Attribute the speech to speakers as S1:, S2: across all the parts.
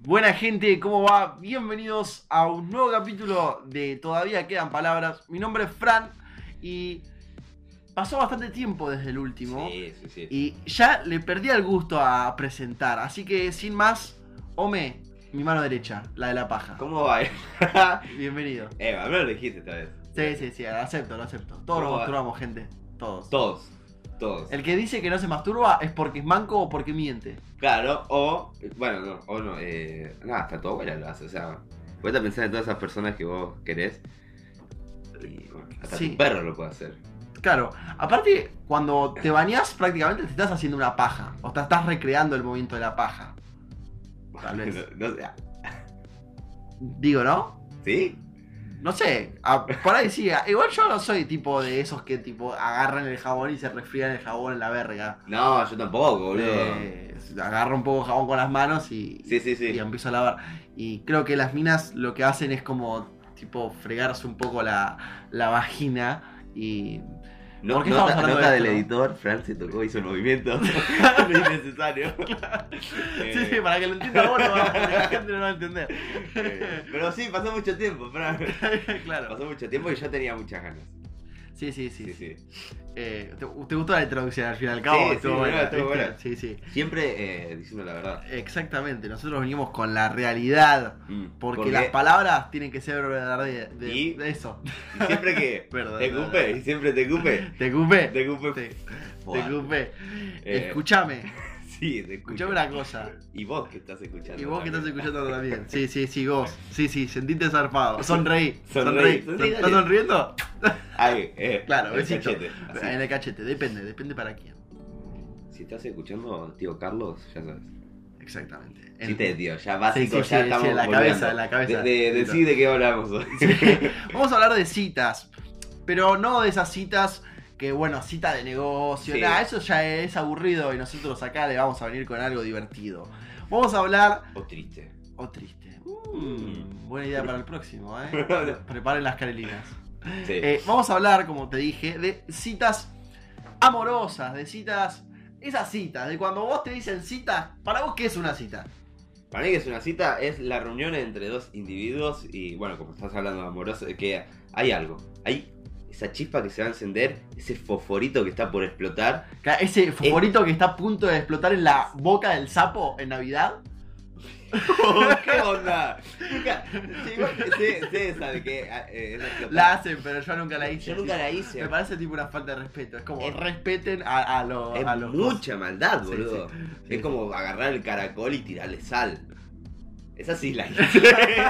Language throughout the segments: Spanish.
S1: Buena gente, ¿cómo va? Bienvenidos a un nuevo capítulo de Todavía quedan palabras. Mi nombre es Fran y pasó bastante tiempo desde el último
S2: Sí, sí, sí.
S1: y ya le perdí el gusto a presentar. Así que sin más, Ome, mi mano derecha, la de la paja.
S2: ¿Cómo va? eh,
S1: Bienvenido.
S2: al menos lo dijiste esta vez.
S1: Sí, sí, sí, lo acepto, lo acepto. Todos
S2: ¿Cómo
S1: nos
S2: va?
S1: masturbamos, gente. Todos.
S2: Todos, todos.
S1: El que dice que no se masturba es porque es manco o porque miente.
S2: Claro, o, bueno, no, o no, eh, nada, hasta tu abuela lo hace, o sea, vos a pensar en todas esas personas que vos querés. Y, bueno, hasta
S1: Sí.
S2: tu perro lo puede hacer.
S1: Claro, aparte, cuando te bañás, prácticamente te estás haciendo una paja. O te estás recreando el movimiento de la paja. Tal vez.
S2: No, no sé, ah,
S1: Digo, ¿no?
S2: ¿Sí?
S1: No sé, a- por ahí sí. a- Igual yo no soy tipo de esos que tipo agarran el jabón y se resfrían el jabón en la verga.
S2: No, yo tampoco, boludo.
S1: Eh, agarro un poco de jabón con las manos y,
S2: Sí, sí, sí.
S1: y empiezo a lavar. Y creo que las minas lo que hacen es como tipo fregarse un poco la, la vagina y
S2: No,
S1: ¿por qué estamos
S2: nota
S1: hablando
S2: nota
S1: de
S2: del
S1: esto, no?
S2: editor, Fran se tocó, hizo un movimiento. no innecesario.
S1: Sí,
S2: Eh,
S1: sí, para que lo entienda vos, no, va- porque la gente no lo va a entender.
S2: eh, pero sí, pasó mucho tiempo, Fran.
S1: claro.
S2: Pasó mucho tiempo y yo tenía muchas ganas.
S1: Sí, sí, sí.
S2: Sí,
S1: sí.
S2: sí.
S1: Eh, ¿te, te gustó la introducción al final? al Cabo,
S2: Sí, sí, bueno, estuvo
S1: ¿viste?
S2: buena.
S1: Sí, sí.
S2: Siempre eh, diciendo la verdad.
S1: Exactamente, nosotros venimos con la realidad. Mm,
S2: Mm,
S1: Porque, las palabras tienen que ser verdaderas. De,
S2: Y-
S1: de eso.
S2: y siempre que
S1: Perdón,
S2: te
S1: no, no.
S2: cupé, y siempre te cupé.
S1: Te cupé. Te,
S2: Te cupé. Buah.
S1: te cupé.
S2: Eh,
S1: Escuchame,
S2: Sí, te escucho.
S1: escuchame una cosa.
S2: Y vos que estás escuchando.
S1: Y vos que estás
S2: también.
S1: escuchando también. Sí, sí, sí, vos. Sí, sí, sentiste zarpado. Sonreí. Sonreí.
S2: Sonreí. Sonreí,
S1: ¿Estás
S2: dale.
S1: sonriendo?
S2: Ahí, eh,
S1: Claro,
S2: el
S1: besito.
S2: cachete, así.
S1: En el cachete, depende, depende para quién.
S2: Si estás escuchando, tío Carlos, ya sabes.
S1: Exactamente. En-
S2: Chiste de tío, ya básico,
S1: Sí, sí,
S2: ya
S1: sí,
S2: estamos.
S1: sí, en la
S2: volviendo.
S1: cabeza, en la cabeza.
S2: De, de, decí de qué hablamos hoy.
S1: Vamos a hablar de citas, pero no de esas citas que, bueno, cita de negocio,
S2: Sí.
S1: nada, eso ya es aburrido y nosotros acá le vamos a venir con algo divertido. Vamos a hablar,
S2: O triste.
S1: o triste,
S2: Mm.
S1: buena idea para el próximo, ¿eh?
S2: Sí.
S1: Preparen las carelinas. Eh, vamos a hablar, como te dije, de citas amorosas, de citas... Esas citas, de cuando vos te dicen citas, ¿para vos qué es una cita?
S2: Para mí que es una cita, es la reunión entre dos individuos y bueno, como estás hablando de amoroso, de que hay algo, hay esa chispa que se va a encender, ese fosforito que está por explotar.
S1: Claro, Ese favorito que está a punto de explotar en la boca del sapo en Navidad. Oh,
S2: ¿Qué onda? Nunca, sí, igual que sé, sé esa de que ah, eh, es explotar.
S1: La hacen, pero yo nunca la hice.
S2: Yo nunca la hice.
S1: Me parece tipo una falta de respeto. Es como
S2: Es-
S1: respeten a, a los.
S2: es
S1: a los
S2: mucha maldad,
S1: Sí,
S2: boludo.
S1: dos.
S2: Es
S1: Sí.
S2: como agarrar el caracol y tirarle sal. Esa sí la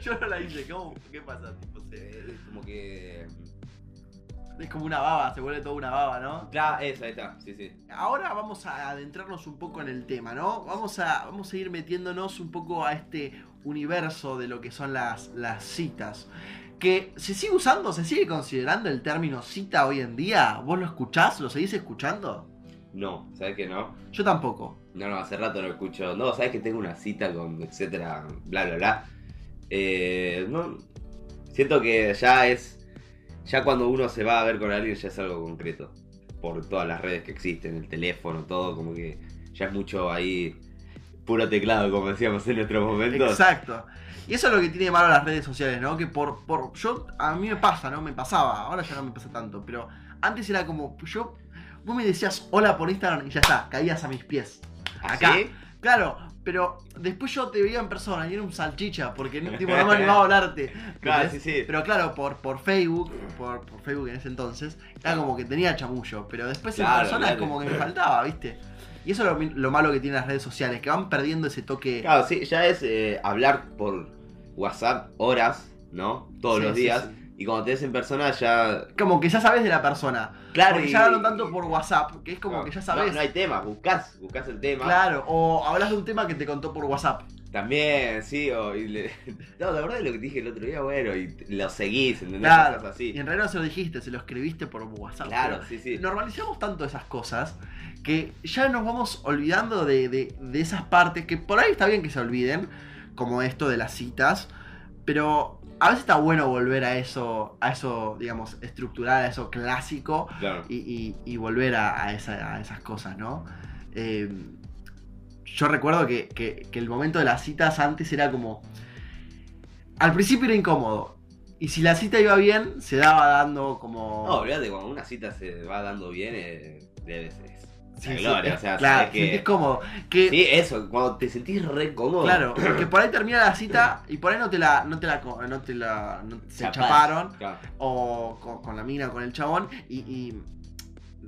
S1: Yo no la hice. ¿cómo? ¿Qué pasa? Tipo, se-
S2: Es Eh, como que.
S1: Es como una baba, se vuelve toda una baba, ¿no?
S2: Claro, esa, ahí está, sí, sí.
S1: Ahora vamos a adentrarnos un poco en el tema, ¿no? Vamos a, vamos a ir metiéndonos un poco a este universo de lo que son las, las citas. Que se sigue usando, se sigue considerando el término cita hoy en día. ¿Vos lo escuchás? ¿Lo seguís escuchando?
S2: No, ¿sabes qué no?
S1: Yo tampoco.
S2: No, no, hace rato no escucho. No, sabes que tengo una cita con etcétera, bla, bla, bla. Eh, no, siento que ya es. Ya cuando uno se va a ver con alguien ya es algo concreto. Por todas las redes que existen, el teléfono, todo, como que ya es mucho ahí. Puro teclado, como decíamos en nuestros momentos.
S1: Exacto. Y eso es lo que tiene de malo las redes sociales, ¿no? Que por, por. Yo. A mí me pasa, ¿no? Me pasaba. Ahora ya no me pasa tanto. Pero antes era como. Yo. Vos me decías hola por Instagram y ya está. Caías a mis pies. Acá.
S2: ¿Así?
S1: Claro. Pero después yo te veía en persona y era un salchicha. Porque no- tipo, no me animaba a hablarte.
S2: Claro,
S1: ¿entendés?
S2: sí, sí.
S1: Pero claro, por, por Facebook, por, por Facebook en ese entonces, era como que tenía chamullo, pero después en
S2: Claro,
S1: persona es
S2: olvídate.
S1: como que me faltaba, ¿viste? Y eso es lo, mi- lo malo que tienen las redes sociales, que van perdiendo ese toque.
S2: Claro, sí, ya es eh, hablar por WhatsApp horas, ¿no? Todos
S1: Sí,
S2: los
S1: sí,
S2: días.
S1: sí.
S2: Y cuando te ves en persona ya.
S1: como que ya sabes de la persona.
S2: Claro,
S1: porque
S2: y-
S1: ya hablaron tanto por WhatsApp, que es como
S2: No,
S1: que ya
S2: No,
S1: sabes.
S2: no hay tema, buscas, buscas el tema.
S1: claro, o hablas de un tema que te contó por WhatsApp.
S2: También, sí, o, y le- No, la verdad es lo que te dije el otro día, bueno, y te- lo seguís, ¿entendés?
S1: Claro.
S2: Cosas
S1: Y
S2: así.
S1: en realidad no se lo dijiste, se lo escribiste por WhatsApp.
S2: Claro, sí, sí.
S1: Pero Normalizamos tanto esas cosas que ya nos vamos olvidando de, de- de esas partes que por ahí está bien que se olviden, como esto de las citas, pero a veces está bueno volver a eso, a eso, digamos, estructural, a eso clásico.
S2: Claro.
S1: y, y- y volver a, a esa- a esas cosas, ¿no? Eh, yo recuerdo que, que- que el momento de las citas antes era como. Al principio era incómodo. Y si la cita iba bien, se daba dando como.
S2: No, olvídate, cuando una cita se va dando bien, eh, debe ser eso.
S1: Sí,
S2: la
S1: sí,
S2: gloria,
S1: es-
S2: o sea,
S1: claro,
S2: sabes que-
S1: sentís cómodo. Que,
S2: Sí, eso, cuando te sentís re cómodo.
S1: Claro, que por ahí termina la cita y por ahí no te la, no te la, co- no te la, no- se
S2: Chapás.
S1: chaparon
S2: Claro.
S1: o co- con, la mina o con el chabón y, y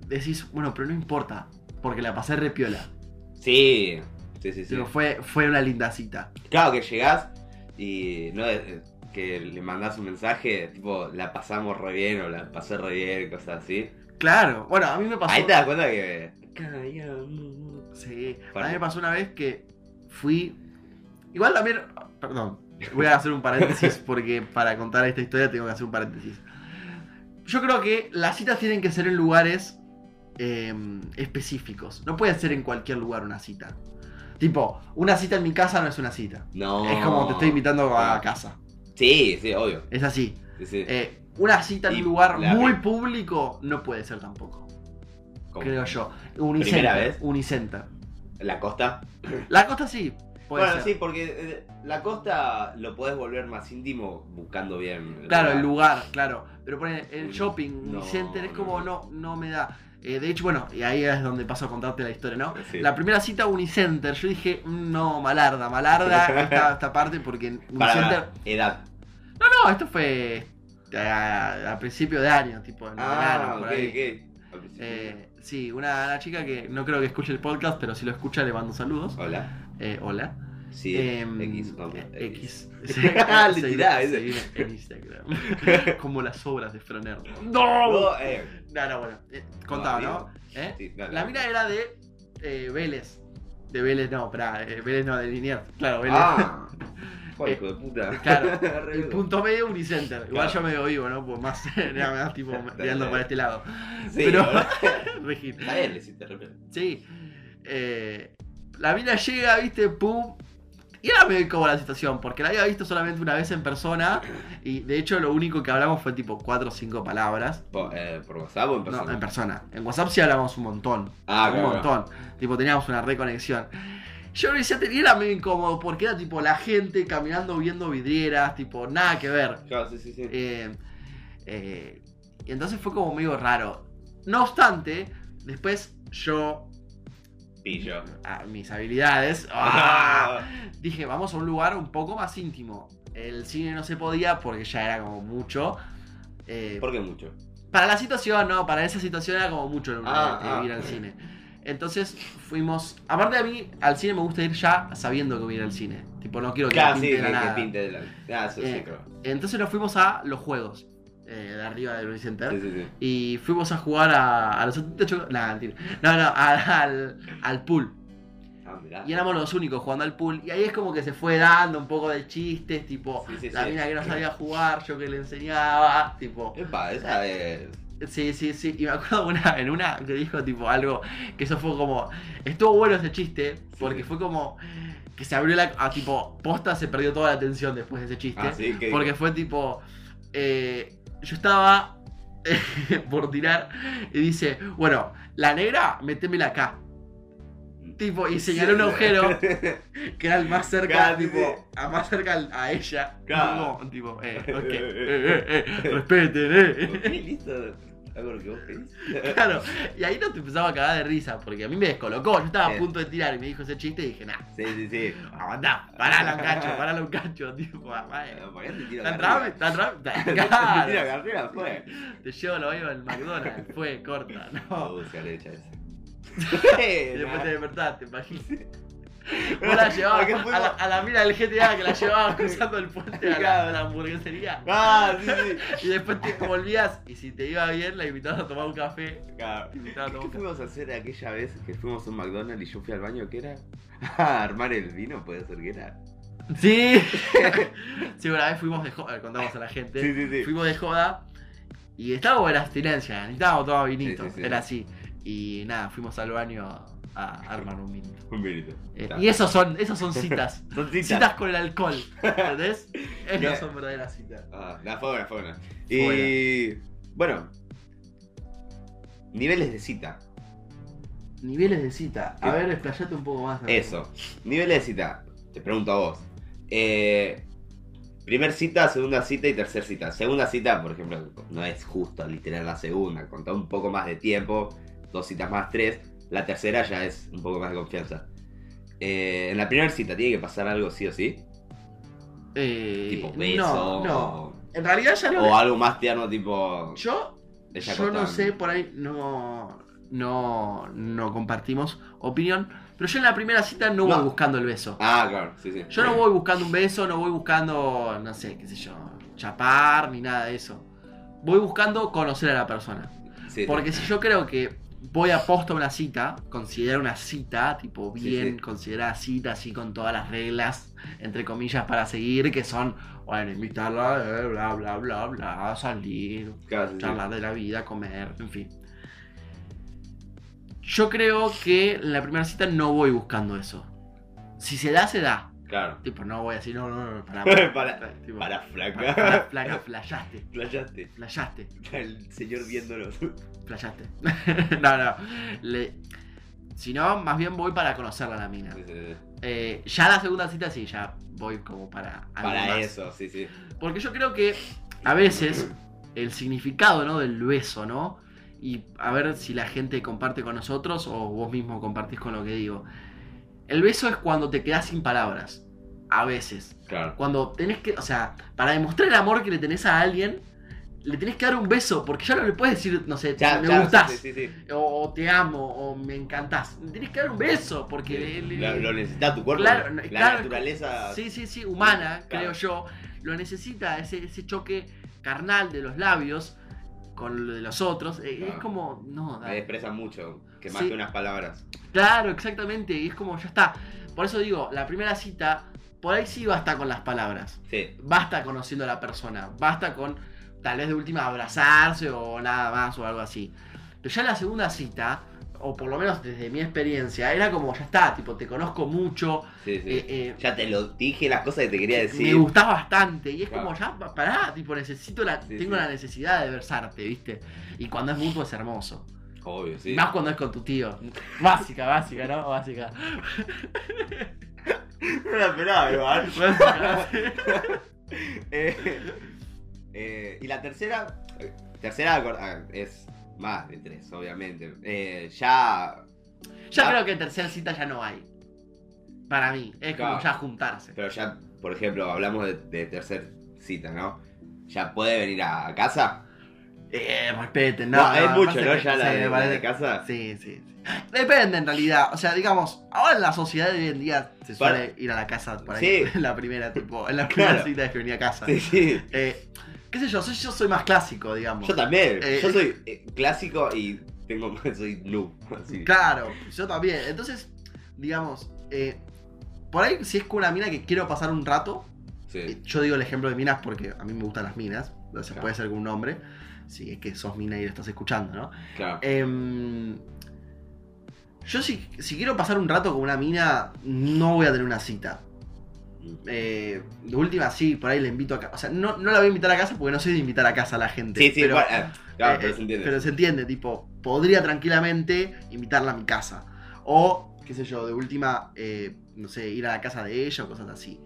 S1: decís, bueno, pero no importa, porque la pasé repiola.
S2: Sí, sí, sí, sí.
S1: Pero fue, fue una linda cita.
S2: Claro que llegás y no eh, que le mandás un mensaje, tipo, la pasamos re bien o la pasé re bien, cosas así.
S1: Claro, bueno, a mí me pasó.
S2: Ahí te das cuenta que.
S1: mm, Sí, a
S2: Perdón.
S1: mí me pasó una vez que fui. Igual también. Perdón, voy a hacer un paréntesis porque para contar esta historia tengo que hacer un paréntesis. Yo creo que las citas tienen que ser en lugares eh, específicos. No puede ser en cualquier lugar una cita. Tipo, una cita en mi casa no es una cita.
S2: No.
S1: Es como te estoy invitando
S2: Oh.
S1: a casa.
S2: Sí, sí, obvio.
S1: Es así.
S2: Sí, sí.
S1: Eh, una cita en
S2: Y
S1: un lugar
S2: la-
S1: muy público no puede ser tampoco.
S2: Como
S1: Creo yo.
S2: ¿Primera
S1: Unicenter.
S2: vez?
S1: Unicenter.
S2: La costa.
S1: La costa sí. Puede
S2: bueno,
S1: ser.
S2: sí, porque eh, la costa lo podés volver más íntimo buscando bien. el
S1: Claro,
S2: lugar.
S1: el lugar, claro. Pero ponen el
S2: Mm,
S1: shopping,
S2: no,
S1: un center, es como
S2: no,
S1: no, no me da. Eh, de hecho, bueno, y ahí es donde paso a contarte la historia, ¿no?
S2: Sí.
S1: La primera cita Unicenter, yo dije, "Mm, no, malarda, malarda esta, esta parte porque en
S2: Para
S1: Unicenter...
S2: edad.
S1: No, no, esto fue eh, a, a principio de año, tipo, en verano,
S2: Ah,
S1: por
S2: ok,
S1: ahí.
S2: ok. Al principio.
S1: Eh, sí, una, una chica que no creo que escuche el podcast, pero si lo escucha le mando saludos.
S2: Hola.
S1: Eh, hola.
S2: Sí,
S1: Em,
S2: X. no,
S1: eh,
S2: X.
S1: X.
S2: Ah, le
S1: Seguir-
S2: tirá, ese.
S1: seguir en Instagram. Como las obras de Froner. ¡No!
S2: No, eh,
S1: No, no, bueno. eh, contaba,
S2: no,
S1: ¿no? ¿Eh?
S2: sí, dale.
S1: La mina era de eh, Vélez. De Vélez, no, pará. eh, Vélez no, de Liniers. Claro, Vélez.
S2: Ah, Joder, hijo de puta.
S1: Eh, Claro,
S2: Re
S1: el
S2: duro.
S1: punto medio Unicenter. Igual
S2: Claro.
S1: yo me veo vivo, ¿no? Pues más, nada más tipo mirando por este lado.
S2: Sí,
S1: pero-
S2: la verdad.
S1: Regil.
S2: A ver, le hiciste re bien.
S1: Sí. Eh, la mina llega, viste, pum. Y era medio como la situación, porque la había visto solamente una vez en persona. Y de hecho, lo único que hablamos fue tipo cuatro o cinco palabras.
S2: Por, eh, ¿Por WhatsApp o en persona?
S1: No, en persona. En WhatsApp sí hablamos un montón.
S2: Ah,
S1: un
S2: claro,
S1: montón. Tipo, teníamos una reconexión. Yo lo hice, y era medio incómodo, porque era tipo la gente caminando, viendo vidrieras, tipo, nada que ver.
S2: Claro, sí, sí, sí.
S1: Eh, eh, y entonces fue como medio raro. No obstante, después yo
S2: Pillo.
S1: a mis habilidades. ¡ah! Dije, vamos a un lugar un poco más íntimo. El cine no se podía porque ya era como mucho. Eh,
S2: ¿Por qué mucho?
S1: Para la situación, no, para esa situación era como mucho
S2: Ah,
S1: eh,
S2: ah.
S1: ir al cine. Entonces fuimos. Aparte a mí, al cine me gusta ir ya sabiendo que voy a ir al cine. Tipo, no quiero que
S2: Claro,
S1: me
S2: sí,
S1: pinten
S2: que,
S1: a
S2: que
S1: nada.
S2: pinte de la. Ah, eso sí,
S1: Eh,
S2: claro.
S1: Entonces nos fuimos a los juegos eh, de arriba del Vicenter.
S2: Sí, sí, sí.
S1: Y fuimos a jugar a, a los 78. Nah, mentira. No, no, a- al, al pool.
S2: Ah, mirá.
S1: Y éramos los únicos jugando al pool. Y ahí es como que se fue dando un poco de chistes, tipo,
S2: Sí, sí,
S1: la
S2: sí.
S1: mina que no sabía jugar, yo que le enseñaba, tipo.
S2: Epa, esa es.
S1: Sí, sí, sí. Y me acuerdo una, en una que dijo tipo algo, que eso fue como. Estuvo bueno ese chiste, porque
S2: sí.
S1: fue como. Que se abrió la. A, tipo, posta se perdió toda la atención después de ese chiste.
S2: Ah, sí, que.
S1: Porque fue tipo. eh, yo estaba por tirar y dice, bueno, la negra, métemela acá. Tipo, y señaló un agujero que era el más cerca,
S2: Claro, sí,
S1: tipo,
S2: sí.
S1: a más cerca al- a ella.
S2: Claro.
S1: No, tipo, eh, ok, eh, eh, eh, respeten, eh.
S2: ok, listo. Hago lo que vos querés.
S1: Claro, y ahí no te empezaba a cagar de risa, porque a mí me descolocó. Yo estaba a
S2: Eh.
S1: punto de tirar y me dijo ese chiste y dije, nah,
S2: Sí, sí, sí. Ah,
S1: aguantá, paralo un cacho, paralo un cacho, tipo, ah, eh.
S2: ¿Por qué te tiro
S1: Tan
S2: carrera?
S1: rápido, tan rápido, tan
S2: Te tiro
S1: caro.
S2: carrera, fue.
S1: Te llevo lo mismo al McDonald's, fue corta, no.
S2: Uh, se le echa esa.
S1: Y
S2: Buena.
S1: después te despertaste, imagínate. Vos la llevabas
S2: Porque
S1: a la,
S2: fuimos-
S1: a la mina del GTA que la llevabas cruzando el puente a la, a la hamburguesería.
S2: Ah, sí, sí.
S1: Y después te volvías y si te iba bien la invitabas a tomar un café.
S2: Claro.
S1: Te invitaba a tomar
S2: ¿Qué
S1: un café.
S2: fuimos a hacer aquella vez que fuimos a un McDonald's y yo fui al baño? ¿Qué era? Ah, armar el vino, puede ser que era.
S1: Sí. sí, una vez fuimos de joda, contamos a la gente.
S2: Sí, sí, sí.
S1: Fuimos de joda y estábamos en abstinencia, necesitábamos tomar vinitos,
S2: Sí, sí, sí.
S1: era así. Y nada, fuimos al baño a, a armar un vinito.
S2: Un vinito.
S1: Eh,
S2: Claro.
S1: y esos son, esos son citas.
S2: Son citas.
S1: citas con el alcohol, ¿entendés?
S2: Ya.
S1: Esas son verdaderas citas.
S2: Ah, la fue buena, fue buena. Y. Bueno. Niveles de cita.
S1: Niveles de cita. A
S2: Sí.
S1: ver, explayate un poco más. Nacho.
S2: Eso. Niveles de cita. Te pregunto a vos. Eh, primer cita, segunda cita y tercera cita. Segunda cita, por ejemplo, no es justo literal la segunda. Contá un poco más de tiempo. Dos citas más, tres. La tercera ya es un poco más de confianza. Eh, en la primera cita tiene que pasar algo sí o sí.
S1: Eh,
S2: Tipo beso.
S1: No, no. En realidad ya
S2: O, o
S1: no.
S2: algo más tierno tipo...
S1: Yo,
S2: ella
S1: yo no
S2: acostada.
S1: sé, por ahí no, no, no compartimos opinión. Pero yo en la primera cita no,
S2: No.
S1: voy buscando el beso.
S2: Ah, claro, sí, sí.
S1: Yo no voy buscando un beso, no voy buscando, no sé, qué sé yo, chapar ni nada de eso. Voy buscando conocer a la persona.
S2: Sí,
S1: Porque si yo creo que voy a posta a una cita, considerar una cita, tipo
S2: Sí,
S1: bien
S2: sí.
S1: considerada cita, así con todas las reglas, entre comillas, para seguir, que son, bueno, invitarla, eh, bla, bla, bla, bla, salir,
S2: claro, sí, sí.
S1: charlar de la vida, comer, en fin. Yo creo que en la primera cita no voy buscando eso. Si se da, se da.
S2: Claro.
S1: Tipo, no voy a decir, no, no, no, para,
S2: Para-
S1: tipo,
S2: Para
S1: para,
S2: flaca.
S1: flaca, flayaste,
S2: Playaste.
S1: flayaste.
S2: El señor viéndonos.
S1: Playaste. no, no. Le- Si no, más bien voy para conocerla a la mina. Eh, ya la segunda cita sí, ya voy como para algo
S2: Para
S1: más.
S2: eso, sí, sí.
S1: Porque yo creo que a veces el significado, ¿no? Del beso, ¿no? Y a ver si la gente comparte con nosotros o vos mismo compartís con lo que digo. El beso es cuando te quedás sin palabras. A veces.
S2: Claro.
S1: Cuando tenés que, o sea, para demostrar el amor que le tenés a alguien, le tenés que dar un beso, porque ya no le puedes decir, no sé,
S2: Ya,
S1: me
S2: ya,
S1: gustás
S2: Sí, sí, sí.
S1: o te amo, o me encantás. Me Tenés que dar un beso, porque... le-
S2: Lo, lo necesita tu cuerpo.
S1: Claro,
S2: la
S1: claro,
S2: naturaleza.
S1: sí, sí, sí, humana,
S2: Claro.
S1: creo yo. Lo necesita ese, ese choque carnal de los labios con lo de los otros. Eh,
S2: Claro. Eh.
S1: Es como... No,
S2: Me
S1: dale.
S2: expresa mucho. Que más
S1: Sí.
S2: que unas palabras.
S1: Claro, exactamente. Y es como, ya está. Por eso digo, la primera cita, por ahí sí basta con las palabras.
S2: Sí.
S1: Basta conociendo a la persona. Basta con, tal vez de última, abrazarse o nada más o algo así. Pero ya en la segunda cita, o por lo menos desde mi experiencia, era como, ya está, tipo, te conozco mucho.
S2: Sí, sí.
S1: eh, eh,
S2: ya te lo dije las cosas que te quería decir.
S1: me gustás bastante. Y es
S2: Claro.
S1: como, ya, pa- pará, tipo, necesito la,
S2: Sí,
S1: tengo
S2: sí.
S1: la necesidad de versarte, ¿viste? Y cuando es mutuo es hermoso.
S2: Obvio,
S1: Y
S2: sí.
S1: Más cuando es con tu tío. Básica, básica, ¿no? Básica.
S2: No la esperaba, igual.
S1: Básica.
S2: Eh, eh, y la tercera, eh, tercera acor- ah, es más de tres, obviamente. Eh, ya,
S1: Ya
S2: Ah.
S1: creo que en tercera cita ya no hay. Para mí. Es como
S2: Claro.
S1: ya juntarse.
S2: pero ya, por ejemplo, hablamos de, de tercer cita, ¿no? Ya puede venir a casa.
S1: Eh, respeten, no.
S2: No, es
S1: no,
S2: mucho,
S1: pasa
S2: ¿no?
S1: que-
S2: Ya la,
S1: sí,
S2: de, la
S1: parece-
S2: de casa.
S1: Sí, sí, sí. Depende en realidad. O sea, digamos, ahora en la sociedad de hoy en día se
S2: Para-
S1: suele ir a la casa por ahí.
S2: Sí.
S1: En la primera, tipo, en la primera
S2: Claro.
S1: cita es que venía a casa.
S2: Sí, sí.
S1: Eh, qué sé yo, soy- yo soy más clásico, digamos.
S2: Yo también.
S1: Eh,
S2: Yo soy eh, clásico y tengo soy noob. así.
S1: Claro, yo también. Entonces, digamos, eh, por ahí si es con una mina que quiero pasar un rato, eh,
S2: Sí.
S1: yo digo el ejemplo de minas porque a mí me gustan las minas, se
S2: Claro.
S1: puede ser con un hombre, si es que sos mina y lo estás escuchando, ¿no?
S2: Claro.
S1: Em, yo si, si quiero pasar un rato con una mina, no voy a tener una cita. Eh, de última, sí, por ahí le invito a casa. O sea, no, no la voy a invitar a casa porque no soy de invitar a casa a la gente.
S2: Sí, sí,
S1: pero-
S2: igual, ah, claro,
S1: Eh,
S2: pero se entiende.
S1: Pero se entiende, tipo, podría tranquilamente invitarla a mi casa. O, qué sé yo, de última, eh, no sé, ir a la casa de ella o cosas así.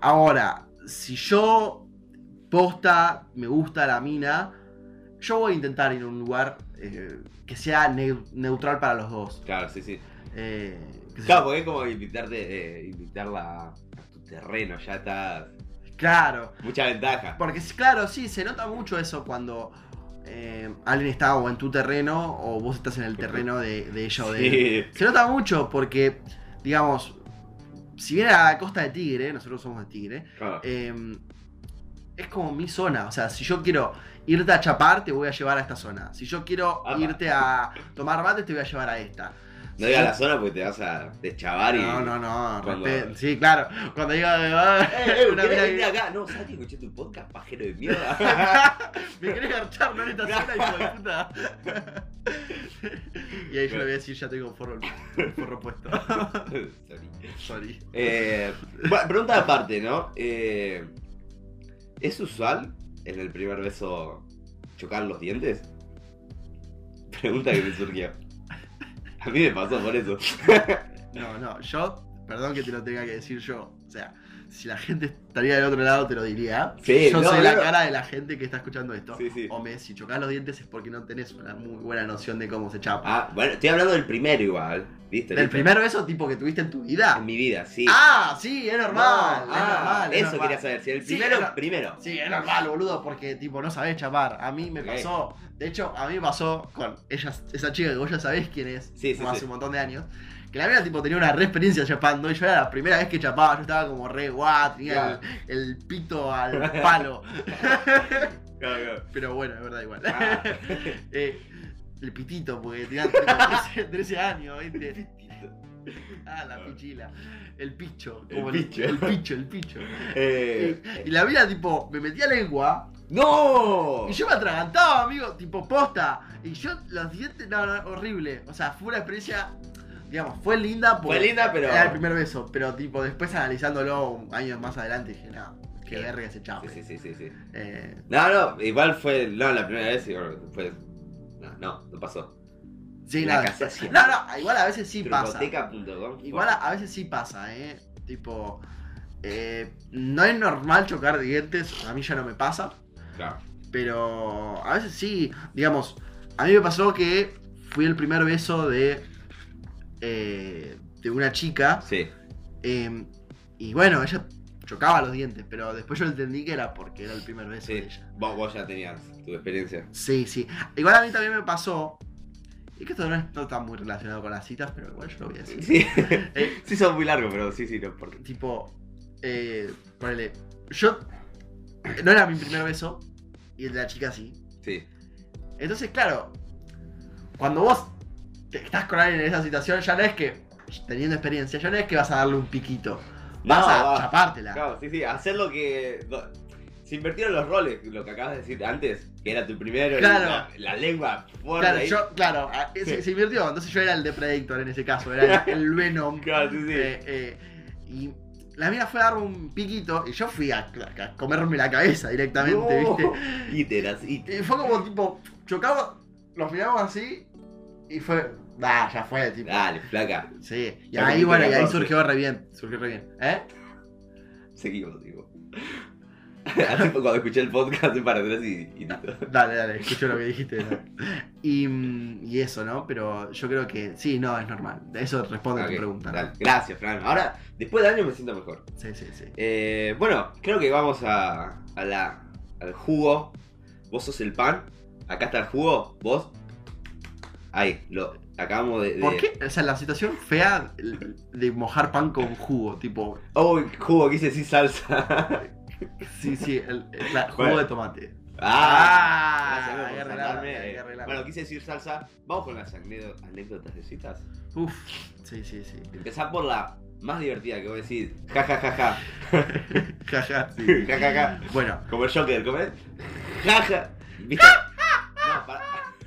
S1: Ahora, si yo posta, me gusta la mina, yo voy a intentar ir a un lugar eh, que sea neu- neutral para los dos.
S2: Claro, sí, sí.
S1: Eh, qué sé
S2: Claro,
S1: yo.
S2: porque es como invitarte, eh, invitarla a tu terreno, ya está.
S1: claro.
S2: Mucha ventaja.
S1: Porque sí, claro, sí, se nota mucho eso cuando eh, alguien está o en tu terreno o vos estás en el terreno de, de ella o de él.
S2: Sí.
S1: Se nota mucho porque, digamos, si bien a la costa de Tigre, nosotros somos de Tigre,
S2: Claro.
S1: eh, es como mi zona. O sea, si yo quiero irte a chapar, te voy a llevar a esta zona. Si yo quiero
S2: Apa.
S1: irte a tomar mate, te voy a llevar a esta.
S2: No digas la zona porque te vas a deschavar y.
S1: No, no, no.
S2: Cuando-
S1: respe- Sí, claro. Cuando digo...
S2: Eh, eh,
S1: una
S2: ¿querés
S1: mina
S2: venir
S1: que-
S2: acá? No, ¿sabes que escuché tu podcast, pajero de mierda?
S1: Me querés garchar, no en esta cena, hijo de puta. Y ahí yo le voy a decir, ya tengo el forro, el forro puesto.
S2: Sorry.
S1: Sorry.
S2: Eh, bueno, pregunta aparte, ¿no? Eh, ¿Es usual en el primer beso chocar los dientes? Pregunta que me surgió. A mí me pasó por eso.
S1: No, no, yo, perdón que te lo tenga que decir yo. O sea, si la gente estaría del otro lado, te lo diría.
S2: Sí,
S1: yo
S2: no,
S1: soy la
S2: no.
S1: cara de la gente que está escuchando esto.
S2: Sí, sí.
S1: Hombre, si chocas los dientes es porque no tenés una muy buena noción de cómo se chapa.
S2: Ah, bueno, estoy hablando del primero igual. ¿Viste?
S1: ¿Del
S2: ¿Viste?
S1: primer beso tipo que tuviste en tu vida?
S2: En mi vida, sí.
S1: Ah, sí, es normal.
S2: No,
S1: es
S2: ah,
S1: normal es
S2: Eso
S1: normal.
S2: quería saber. Si el
S1: Sí,
S2: primero,
S1: era-
S2: primero.
S1: Sí, es normal, boludo, porque tipo no sabés chapar. A mí me
S2: Ok.
S1: pasó. De hecho, a mí me pasó con ella, esa chica que vos ya sabés quién es,
S2: Sí, sí,
S1: como hace
S2: sí.
S1: un montón de años. Que la mina tipo tenía una re experiencia chapando y yo era la primera vez que chapaba, yo estaba como re guau, tenía
S2: Claro.
S1: el, el pito al palo.
S2: Claro, claro.
S1: Pero bueno, es verdad igual.
S2: Ah.
S1: Eh, el pitito, porque tenía tipo, 13, 13 años, ¿viste? Ah, la pichila. El picho.
S2: El
S1: como
S2: picho.
S1: El picho, el picho.
S2: Eh,
S1: Y la mina tipo, me metía lengua
S2: ¡No!
S1: y yo me atragantaba, amigo, tipo posta. Y yo los dientes, no, no, horrible. O sea, fue una experiencia, digamos, fue linda. porque
S2: Fue linda, pero-
S1: pues, Era el primer beso, pero tipo, después analizándolo años más adelante, dije, no, qué
S2: Sí.
S1: verga ese chavo.
S2: Sí, sí, sí, sí, sí.
S1: Eh,
S2: No, no, igual fue. No, la primera vez y bueno, fue. No, no, no pasó.
S1: sí,
S2: La
S1: nada.
S2: casación.
S1: No, no, igual a veces sí pasa.
S2: Trucoteca.com.
S1: Igual a, a veces sí pasa, ¿eh? Tipo, eh, no es normal chocar dientes, a mí ya no me pasa.
S2: Claro.
S1: Pero a veces sí, digamos, a mí me pasó que fui el primer beso de, eh, de una chica
S2: Sí.
S1: eh, y bueno, ella chocaba los dientes, pero después yo entendí que era porque era el primer beso
S2: Sí.
S1: de ella.
S2: Vos, vos ya tenías tu experiencia.
S1: Sí, sí. Igual a mí también me pasó, y que esto no, es- no está muy relacionado con las citas, pero igual yo lo voy a decir.
S2: Sí.
S1: Eh,
S2: Sí, son muy largos, pero sí, sí, no importa.
S1: tipo, eh, ponele, yo no era mi primer beso y el de la chica sí.
S2: Sí.
S1: Entonces, claro, cuando vos te- estás con alguien en esa situación, ya no es que, teniendo experiencia, ya no es que vas a darle un piquito. Vas
S2: No,
S1: a
S2: va.
S1: chapártela.
S2: Claro, sí, sí, hacer lo que. lo- Se invirtieron los roles, lo que acabas de decir antes, que era tu primero, y
S1: Claro.
S2: la, la lengua fuerte.
S1: Claro,
S2: ahí.
S1: yo, claro, a- se, se invirtió. Entonces yo era el de Predictor en ese caso, era el, el Venom.
S2: Claro, sí, sí.
S1: Eh, eh, y la mina fue a darme un piquito y yo fui a, a comerme la cabeza directamente,
S2: No.
S1: ¿viste?
S2: Íteras, íteras.
S1: Y fue como tipo, chocamos, los miramos así y fue, ah, ya fue, tipo.
S2: Dale, flaca.
S1: Sí, y
S2: Ya
S1: ahí
S2: comiste
S1: bueno,
S2: la
S1: y ahí
S2: dosis.
S1: surgió re bien, surgió re bien, ¿eh?
S2: Seguimos, digo. Hace poco cuando escuché el podcast para atrás y, y listo.
S1: Dale, dale, escucho lo que dijiste. ¿no? Y, mm, y eso, ¿no? Pero yo creo que sí, no, es normal. Eso responde a
S2: Ok,
S1: tu pregunta. ¿no?
S2: dale. Gracias, Fran. Ahora, después de años me siento mejor.
S1: Sí, sí, sí.
S2: Eh, bueno, creo que vamos a, a la, al jugo. Vos sos el pan. Acá está el jugo. Vos. Ahí, lo acabamos de. de-
S1: ¿Por qué? O sea, la situación fea de mojar pan con jugo, tipo.
S2: Oh, jugo, quise decir salsa.
S1: Sí, sí, el, el- la- jugo
S2: Bueno.
S1: de tomate.
S2: ah,
S1: hay
S2: gracias,
S1: que
S2: loco, por
S1: arreglarla,
S2: salvarme.
S1: hay que arreglarla.
S2: Bueno, quise decir salsa. Vamos con las anécdo- anécdotas de citas.
S1: Uf, sí, sí, sí.
S2: Empezá por la más divertida que vos decís. Ja, ja, ja, ja.
S1: Jaja, sí.
S2: Ja, ja, ja.
S1: Bueno,
S2: Como el Joker, ¿cómo es? Ja, ja. ¿Viste? No, para.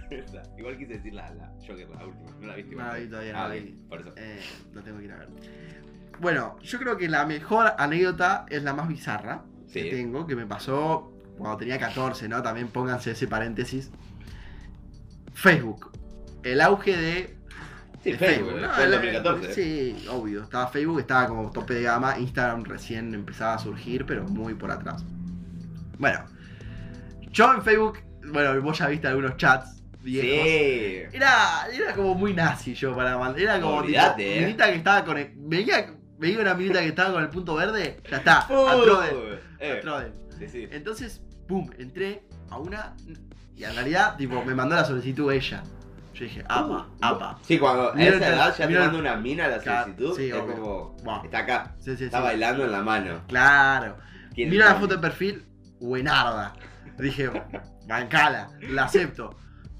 S2: Igual quise decir la, la Joker, la última. No la viste.
S1: No la
S2: ¿verdad?
S1: vi todavía, no
S2: Ah,
S1: la
S2: ok,
S1: vi.
S2: Por eso.
S1: eh, lo tengo que ir a ver. Bueno, yo creo que la mejor anécdota es la más bizarra. que
S2: Sí.
S1: tengo, que me pasó cuando tenía 14, ¿no? También pónganse ese paréntesis. Facebook. El auge de,
S2: Sí,
S1: de
S2: Facebook.
S1: ¿no?
S2: Fue en
S1: El-
S2: 2014.
S1: Sí, obvio. Estaba Facebook, estaba como tope de gama. Instagram recién empezaba a surgir, pero muy por atrás. Bueno, yo en Facebook, bueno, vos ya viste algunos chats viejos.
S2: Sí.
S1: Era, era como muy nazi yo para mandar. Era como tipo,
S2: Olvídate, eh.
S1: minita que estaba con el. Veía, veía una minita que estaba con el punto verde. Ya está. a Troden,
S2: Fútbol. Eh,
S1: a Troden.
S2: sí, sí.
S1: Entonces, pum, entré a una. Y en realidad, tipo, me mandó la solicitud ella. Yo dije, apa,
S2: Uh,
S1: apa.
S2: Sí, cuando a
S1: Mira
S2: esa
S1: el-
S2: edad ya te
S1: mira el-
S2: manda una mina a la
S1: Claro,
S2: solicitud,
S1: sí,
S2: es
S1: obvio.
S2: como.
S1: Buah,
S2: Está acá,
S1: sí, sí,
S2: está
S1: sí.
S2: bailando en la mano.
S1: Claro.
S2: ¿Quién
S1: Mira la
S2: es?
S1: foto de perfil, buenarda. Dije, bancala, la acepto.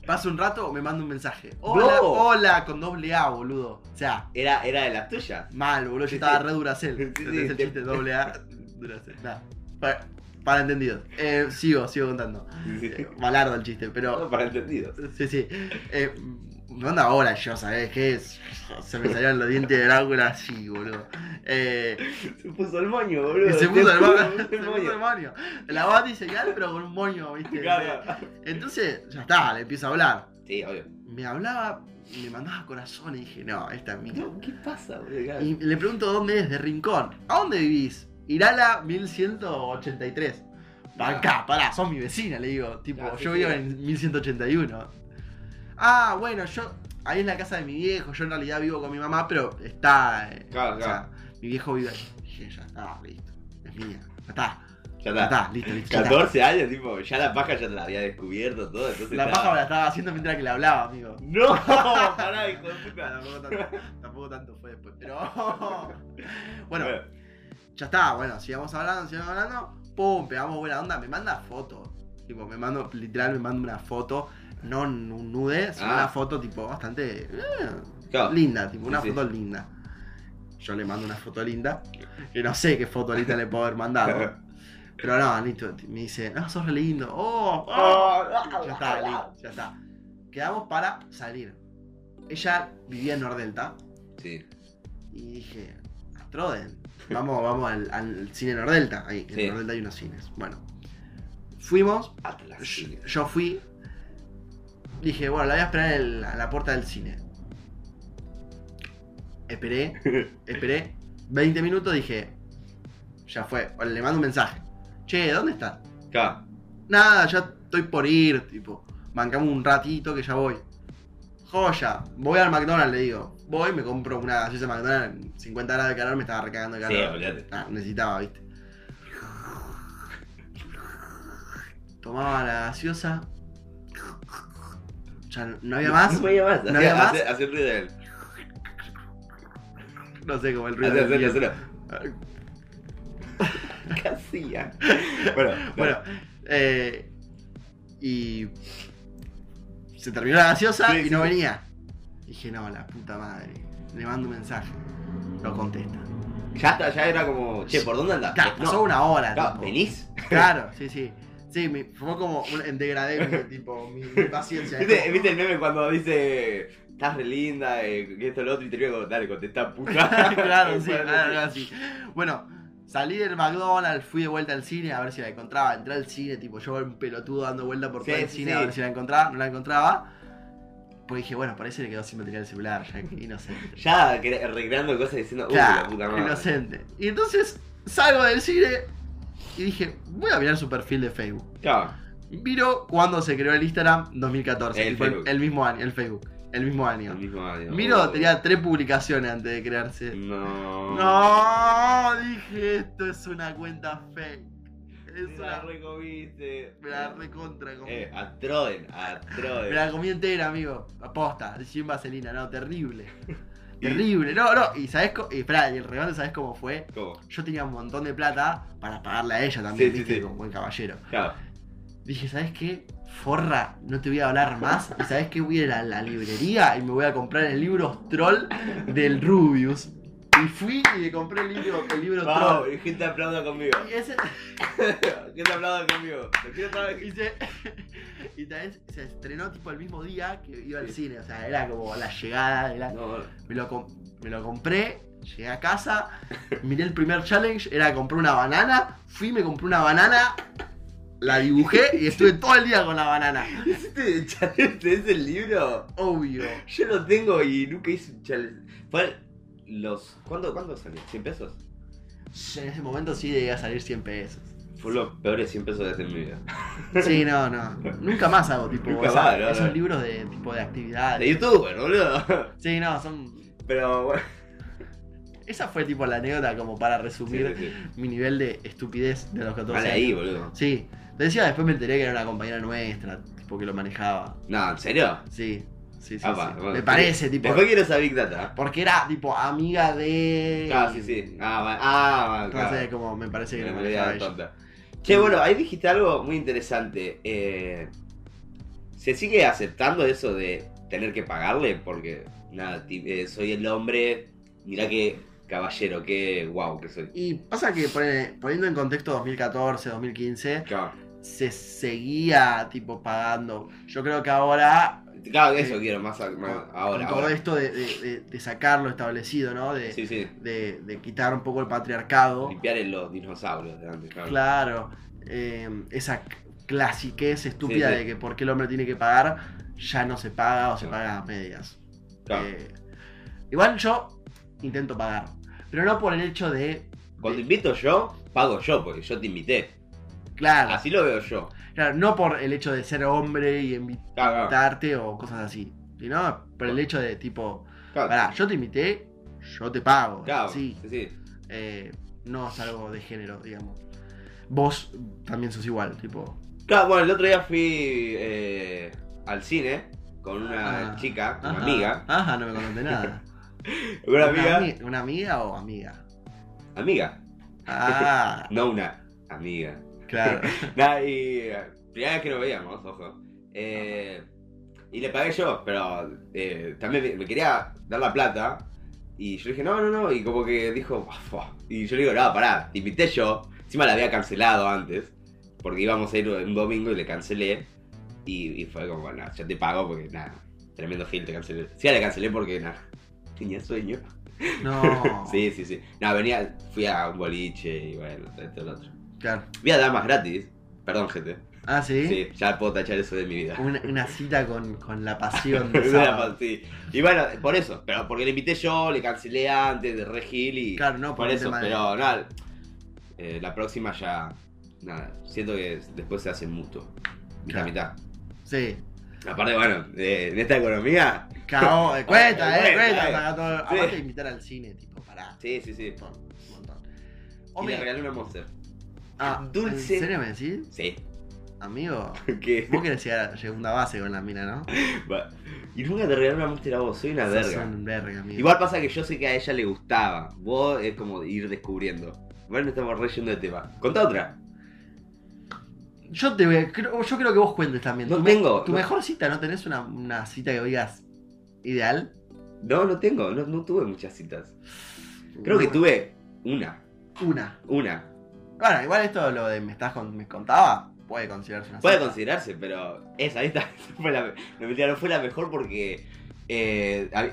S1: Pasa un rato, me manda un mensaje. Hola,
S2: No.
S1: hola, con doble A, boludo. O sea,
S2: Era, era de las tuyas.
S1: mal, boludo. Yo
S2: Sí,
S1: estaba
S2: sí.
S1: re duracel.
S2: Sí, sí,
S1: Entonces el
S2: te-
S1: chiste doble A, duracel. Nah, para, para entendidos. Eh, sigo, sigo contando. Eh, Malardo el chiste, pero.
S2: No, para entendido.
S1: Sí, sí. Eh, me onda ahora yo, ¿sabes qué? Se me salieron los dientes de Drácula así, boludo. Eh,
S2: Se puso el moño,
S1: y
S2: boludo.
S1: se puso el moño.
S2: Se
S1: Se puso el moño. La bata y señal, pero con un moño, ¿viste?
S2: Claro.
S1: Entonces, ya está, le empiezo a hablar.
S2: Sí, obvio.
S1: Me hablaba y me mandaba corazones. Y dije, no, esta es mía.
S2: No, ¿Qué pasa, boludo?
S1: Y le pregunto dónde es, de Rincón. ¿A dónde vivís? Irala 1183.
S2: Ya.
S1: Para acá, pará, sos mi vecina, le digo. Tipo,
S2: Ya, sí,
S1: yo
S2: sí.
S1: vivo en 1181. Ah, bueno, yo. Ahí es la casa de mi viejo. Yo en realidad vivo con mi mamá, pero está. eh,
S2: Claro,
S1: o sea, mi viejo vive ahí. Dije, ya está, listo. Es mía. Ya está,
S2: Ya
S1: ya
S2: está.
S1: está, listo, listo. ya está.
S2: 14 años, tipo, ya la paja ya te la había descubierto todo, entonces.
S1: La
S2: estaba-
S1: paja me la estaba haciendo mientras que le hablaba, amigo.
S2: ¡No! Pará, hijo de
S1: Nah, tampoco,
S2: puta.
S1: tanto, tampoco tanto fue después, pero. bueno, ya está, bueno, sigamos hablando, sigamos hablando. Pum, pegamos buena onda, me manda foto. Tipo, me mando, literal, me manda una foto, no n- un nude, sino
S2: Ah.
S1: una foto tipo bastante eh,
S2: Claro.
S1: linda, tipo, una
S2: Sí, sí.
S1: foto linda. Yo le mando una foto linda, que no sé qué foto ahorita le puedo haber mandado. Pero no, listo, me dice, no, sos re lindo. Oh, oh,
S2: Ah,
S1: ya está, listo, ya está. Quedamos para salir. Ella vivía en Nordelta
S2: Sí,
S1: y dije, Astroden, vamos, vamos al, al cine Nordelta. Ahí, en
S2: Sí.
S1: Nordelta hay unos cines. Bueno, fuimos,
S2: Atlas.
S1: yo,
S2: sí.
S1: yo fui, dije, bueno, la voy a esperar en la- a la puerta del cine. Esperé, esperé 20 minutos, dije, ya fue, o le mando un mensaje. Che, ¿dónde estás?
S2: Claro.
S1: Nada, ya estoy por ir, tipo, bancamos un ratito que ya voy. Joya, voy al McDonald's, le digo. Voy, me compro una gaseosa McDonald's, 50 grados de calor, me estaba recagando de
S2: Sí,
S1: calor.
S2: olvídate.
S1: Ah, necesitaba, viste. Tomaba la gaseosa. Ya no- no había más.
S2: No había más.
S1: ¿No había
S2: Hacía-
S1: más?
S2: hace- Hace el ruido de él.
S1: No sé cómo el ruido.
S2: Hace,
S1: del
S2: hace,
S1: día.
S2: hace. ¿Qué hacía? Bueno,
S1: Bueno, eh, y se terminó la gaseosa
S2: Sí,
S1: y
S2: sí,
S1: no
S2: sí.
S1: venía. Dije, no, la puta madre. Le mando un mensaje. No contesta.
S2: ya, está, ya era como, che, ¿por dónde andás?
S1: Ta, pasó una hora.
S2: Claro,
S1: tipo.
S2: venís.
S1: Claro, sí, sí. Sí, mi- fue como un, en degradé, mi- tipo, mi, mi paciencia. Es
S2: ¿Viste,
S1: como-
S2: viste el meme cuando dice, estás re linda, eh, que esto, lo otro, y te digo, dale, contesta, puta.
S1: claro, sí,
S2: Bueno,
S1: claro, claro, sí. Bueno, salí del McDonald's, fui de vuelta al cine a ver si la encontraba. Entré al cine, tipo, yo un pelotudo dando vuelta por
S2: Sí,
S1: todo el
S2: sí,
S1: cine a
S2: sí.
S1: ver si la encontraba, no la encontraba. Pues dije, bueno, parece que le quedó sin batería el celular, ya que inocente.
S2: Ya cre- recreando cosas diciendo, uy, la
S1: claro,
S2: puta madre.
S1: inocente. Y entonces salgo del cine y dije, voy a mirar su perfil de Facebook.
S2: Claro.
S1: Miro cuando se creó el Instagram 2014,
S2: El
S1: tipo, el,
S2: Facebook.
S1: el mismo año, el Facebook, el mismo
S2: El
S1: año.
S2: mismo año. Oh.
S1: Miro, tenía tres publicaciones antes de crearse.
S2: No.
S1: No, dije esto es una cuenta fake. Es
S2: Me la
S1: una
S2: recomiste.
S1: me la recontra comí.
S2: Eh, a Troden, a
S1: Me
S2: Troden.
S1: la comí entera, amigo. Aposta, sin vaselina, no, terrible. Terrible, no, no. Y sabes co- y pará, y el regalo, ¿sabes cómo fue?
S2: ¿Cómo?
S1: Yo tenía un montón de plata para pagarle a ella también,
S2: Sí, sí,
S1: viste,
S2: sí.
S1: como buen caballero.
S2: Claro.
S1: Dije, ¿sabes qué? Forra, no te voy a hablar más. ¿Y sabes qué? Voy a ir a la librería y me voy a comprar el libro Troll del Rubius. Y fui y le compré el libro, el libro
S2: Vamos,
S1: Troll.
S2: y gente aplauda conmigo.
S1: Y ese,
S2: Gente aplauda conmigo. Lo quiero otra vez.
S1: Y, se- y también se estrenó tipo el mismo día que iba al
S2: Sí.
S1: cine, o sea, era como la llegada, era-
S2: No, no.
S1: me, lo com- me lo compré, llegué a casa, miré el primer challenge, era compré una banana, fui, me compré una banana, la dibujé y estuve todo el día con la banana.
S2: ¿Hiciste el challenge de ese libro?
S1: Obvio.
S2: Yo lo tengo y nunca hice un challenge. Fue los. ¿Cuánto, cuánto salió? ¿100 pesos?
S1: En ese momento sí llegué a salir 100 pesos.
S2: Fue los peores 100 pesos que hace en mi vida.
S1: Sí, no, no. Nunca más hago tipo
S2: Nunca
S1: esa-
S2: más, no,
S1: esos
S2: no.
S1: libros de tipo de
S2: Ah, De
S1: actividades.
S2: youtuber, boludo.
S1: Sí, no, son.
S2: Pero bueno.
S1: Esa fue tipo la anécdota como para resumir
S2: Sí, sí, sí.
S1: mi nivel de estupidez de los 14
S2: Mal
S1: años.
S2: ahí, boludo.
S1: Sí. Te decía, después me enteré que era una compañera nuestra, tipo que lo manejaba.
S2: No, ¿en serio?
S1: Sí, sí, sí.
S2: Apa,
S1: sí.
S2: Ah, bueno,
S1: me parece, tipo.
S2: Después quiero esa Big Data.
S1: Porque era tipo amiga de.
S2: Ah, sí, sí. Ah, va, ah, va, claro.
S1: Entonces, como me parece que
S2: Una
S1: lo
S2: idea
S1: manejaba ella.
S2: tonta. Che, bueno, ahí dijiste algo muy interesante. Eh, ¿Se sigue aceptando eso de tener que pagarle? Porque, nada, ti- eh, soy el hombre. Mirá qué caballero, qué guau que soy.
S1: Y pasa que pone- poniendo en contexto 2014, 2015,
S2: Claro,
S1: se seguía tipo pagando. Yo creo que ahora,
S2: Claro, eso quiero, más, a- más
S1: con-
S2: ahora.
S1: con todo
S2: ahora.
S1: esto de, de- de- de sacar lo establecido, ¿no? De,
S2: Sí, sí.
S1: de- de quitar un poco el patriarcado.
S2: Limpiar en los dinosaurios de antes, claro.
S1: Claro, eh, esa c- clasiquez estúpida
S2: Sí, sí.
S1: de que por qué el hombre tiene que pagar, ya no se paga o se
S2: No.
S1: paga a medias.
S2: Claro.
S1: Eh, igual yo intento pagar. Pero no por el hecho de.
S2: Cuando
S1: de-
S2: invito yo, pago yo, porque yo te invité.
S1: claro,
S2: Así lo veo yo.
S1: claro, no por el hecho de ser hombre y invitarte
S2: Claro, claro,
S1: o cosas así. Sino por el hecho de tipo.
S2: claro.
S1: Pará, yo te invité, yo te pago.
S2: Claro,
S1: Sí.
S2: sí, sí.
S1: eh, no es algo de género, digamos. Vos también sos igual, tipo.
S2: Claro, bueno, el otro día fui eh, al cine con una
S1: Ah,
S2: chica, una
S1: ajá,
S2: amiga.
S1: Ajá, no me contaste nada.
S2: Una amiga.
S1: ami- ¿Una amiga o amiga?
S2: Amiga.
S1: Ah,
S2: No una amiga.
S1: claro.
S2: Nah, y. eh, Primera vez que nos veíamos, ojo. Eh, y le pagué yo, pero eh, también me- me quería dar la plata. Y yo dije, no, no, no. Y como que dijo, "Ah, fua". Y yo le digo, no, pará, te invité yo. Encima la había cancelado antes. Porque íbamos a ir un domingo y le cancelé. Y, y fue como, bueno, yo te pago porque nada. Tremendo gil, te cancelé. Sí, la cancelé porque nada. Tenía sueño.
S1: No.
S2: Sí, sí, sí. No, venía, fui a un boliche y bueno, esto, lo otro.
S1: Claro.
S2: Voy a dar más gratis. Perdón, gente.
S1: Ah, sí.
S2: Sí, ya puedo tachar eso de mi vida.
S1: Una, una cita con, con la pasión de sábado.
S2: Una- sí. Y bueno, por eso, pero porque le invité yo, le cancelé antes de Regil y
S1: Claro, no,
S2: por
S1: un
S2: eso,
S1: tema de-
S2: pero nada, eh, la próxima ya, nada, siento que después se hace mutuo, mitad,
S1: Claro.
S2: mitad.
S1: Sí.
S2: Aparte, bueno, eh, en esta economía,
S1: Cao, eh, cuenta, eh,
S2: Cuenta,
S1: cuenta.
S2: eh.
S1: saca todo.
S2: Sí.
S1: Aparte de invitar al cine, tipo, pará.
S2: sí, sí, sí.
S1: Un montón, un montón.
S2: Y le
S1: Hombre,
S2: regalé una Monster.
S1: ah,
S2: dulce.
S1: ¿En serio me decís?
S2: Sí,
S1: Amigo,
S2: que...
S1: vos querés llegar a segunda base con la mina, ¿no?
S2: va. Y nunca te regalé una Monster a vos, soy una
S1: Sos
S2: verga.
S1: un verga, amigo.
S2: Igual pasa que yo sé que a ella le gustaba, vos es como ir descubriendo. Bueno, estamos reyendo de tema. Contá otra.
S1: Yo te voy- creo- yo creo que vos cuentes también.
S2: No
S1: tu me-
S2: tengo,
S1: tu
S2: no.
S1: mejor cita, ¿no tenés una, una cita que digas ideal?
S2: No, no tengo, no, no tuve muchas citas. Creo que
S1: Una-
S2: tuve una,
S1: Una.
S2: una.
S1: Bueno, igual esto lo de me estás con, me contaba, puede considerarse una
S2: Puede
S1: cita.
S2: considerarse, pero esa, esta esa fue la, no, mentira, no fue la mejor porque eh, a-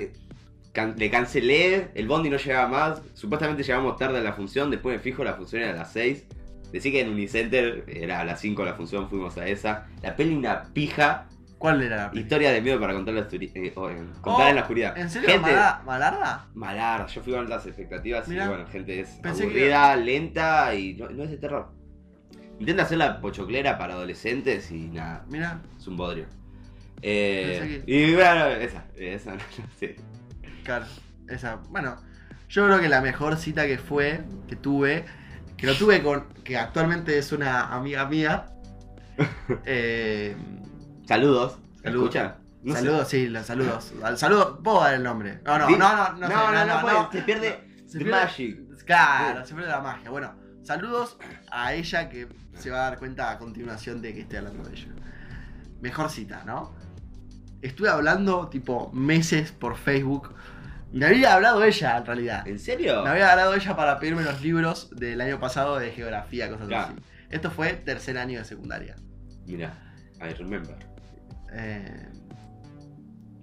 S2: can- le cancelé, el bondi no llegaba más, supuestamente llegamos tarde a la función, después me fijo, la función era a las 6. Decí que en Unicenter era a las 5 la función, fuimos a esa. La peli una pija,
S1: ¿Cuál era la peli?
S2: historia de miedo para contar, la oscuri- eh, o, eh, contar en la oscuridad.
S1: Oh, ¿En serio?
S2: Gente-
S1: Mala- ¿Malarda?
S2: Malar, yo fui con las expectativas
S1: Mirá.
S2: y bueno, gente es
S1: Pensé que-
S2: aburrida, lenta y no, no es de terror. Intenta hacer la pochoclera para adolescentes y nada,
S1: Mira,
S2: es un bodrio. Eh,
S1: Pensé
S2: Y bueno, esa, esa, no sé.
S1: claro, esa. Bueno, yo creo que la mejor cita que fue, que tuve, que lo tuve con, que actualmente es una amiga mía. Eh,
S2: Saludos, ¿me
S1: Saludos.
S2: escuchan? No sé.
S1: saludos, sí, los saludos. Al saludo, puedo dar el nombre. No, no,
S2: Di-
S1: no, no, no, sé,
S2: no, no, no, puede, se pierde
S1: se
S2: The
S1: pierde-
S2: Magic.
S1: Claro, se pierde la magia. Bueno, saludos a ella que se va a dar cuenta a continuación de que estoy hablando de ella. Mejor cita, ¿no? Estuve hablando tipo meses por Facebook. Me había hablado ella en realidad.
S2: ¿En serio?
S1: Me había hablado ella para pedirme los libros del año pasado de geografía, cosas
S2: Claro.
S1: así. Esto fue tercer año de secundaria.
S2: Mira, I remember.
S1: Eh,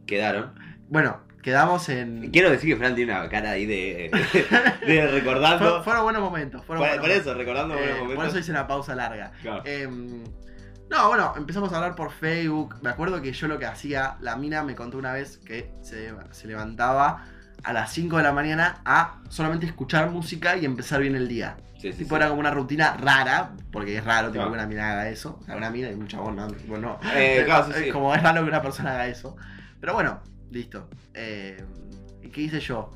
S2: Quedaron.
S1: bueno, quedamos en...
S2: Quiero decir que Fran tiene una cara ahí de, de
S1: Fue-
S2: recordando.
S1: fueron buenos momentos. Fueron
S2: por,
S1: buenos
S2: por eso, recordando
S1: momentos.
S2: buenos
S1: Eh, por
S2: momentos.
S1: eso hice una pausa larga.
S2: Claro.
S1: Em, no, bueno, empezamos a hablar por Facebook. Me acuerdo que yo lo que hacía, la mina me contó una vez que se, se levantaba a las 5 de la mañana a solamente escuchar música y empezar bien el día.
S2: Sí, sí,
S1: tipo,
S2: sí.
S1: era como una rutina rara, porque es raro tipo,
S2: Claro.
S1: que una mina haga eso. O sea, una mina y un chabón, no. tipo, no.
S2: Eh, claro, sí,
S1: Es
S2: sí.
S1: Como es raro que una persona haga eso. Pero bueno, listo. Em, ¿Y qué hice yo?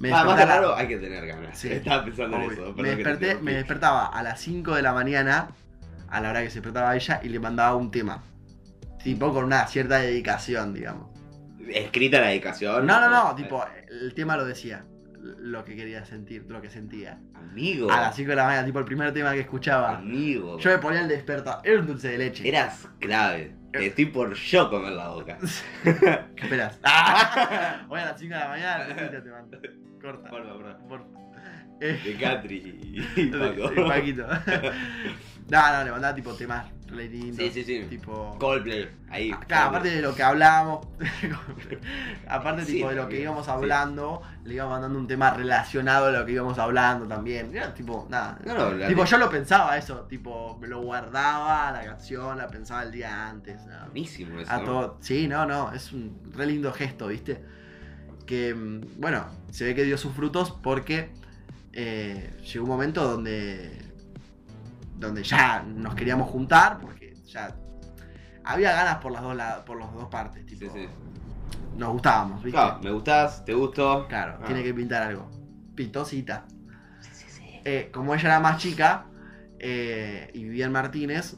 S1: Me desperté a
S2: Además de
S1: la-
S2: Ah, raro, hay que tener ganas.
S1: Sí.
S2: Estaba pensando en
S1: Obvio.
S2: eso.
S1: me,
S2: perdón que te
S1: desperté, me
S2: interrumpí.
S1: despertaba a las 5 de la mañana, a la hora que se despertaba ella, y le mandaba un tema. Tipo con una cierta dedicación, digamos.
S2: Escrita la dedicación.
S1: No, no, no, tipo, el tema lo decía. Lo que quería sentir, lo que sentía.
S2: Amigo.
S1: A las 5 de la mañana, tipo el primer tema que escuchaba.
S2: Amigo.
S1: Yo me ponía el despertador. Era un dulce de leche.
S2: Eras clave. Estoy por yo comer la boca.
S1: ¿Qué esperas? ¡Ah! Voy a las 5 de la mañana, te te mando. Corta.
S2: Perdón, perdón.
S1: Por- Eh.
S2: De Catri y- y Paco.
S1: El Paquito. no, no, le mandaba tipo temas re lindos.
S2: Sí, sí, sí.
S1: Tipo. ah,
S2: Coldplay. Ahí.
S1: Claro, aparte de lo que hablábamos, aparte
S2: Sí,
S1: tipo de lo que
S2: también,
S1: íbamos
S2: sí.
S1: hablando, le iba mandando un tema relacionado a lo que íbamos hablando también. Era tipo, nada.
S2: No, no, la-
S1: tipo, yo lo pensaba eso, tipo, me lo guardaba la canción, la pensaba el día antes. nada.
S2: Buenísimo eso.
S1: A todo. Sí, no, no, es un re lindo gesto, ¿viste? que, mm, bueno, se ve que dio sus frutos porque eh, llegó un momento donde, donde ya nos queríamos juntar, porque ya había ganas por las dos, la- por las dos partes, tipo,
S2: Sí, sí.
S1: nos gustábamos, ¿viste?
S2: Claro,
S1: Claro,
S2: me gustás, te gusto. Ah.
S1: tiene que pintar algo. Pintó cita. Eh, como ella era más chica eh, y vivía en Martínez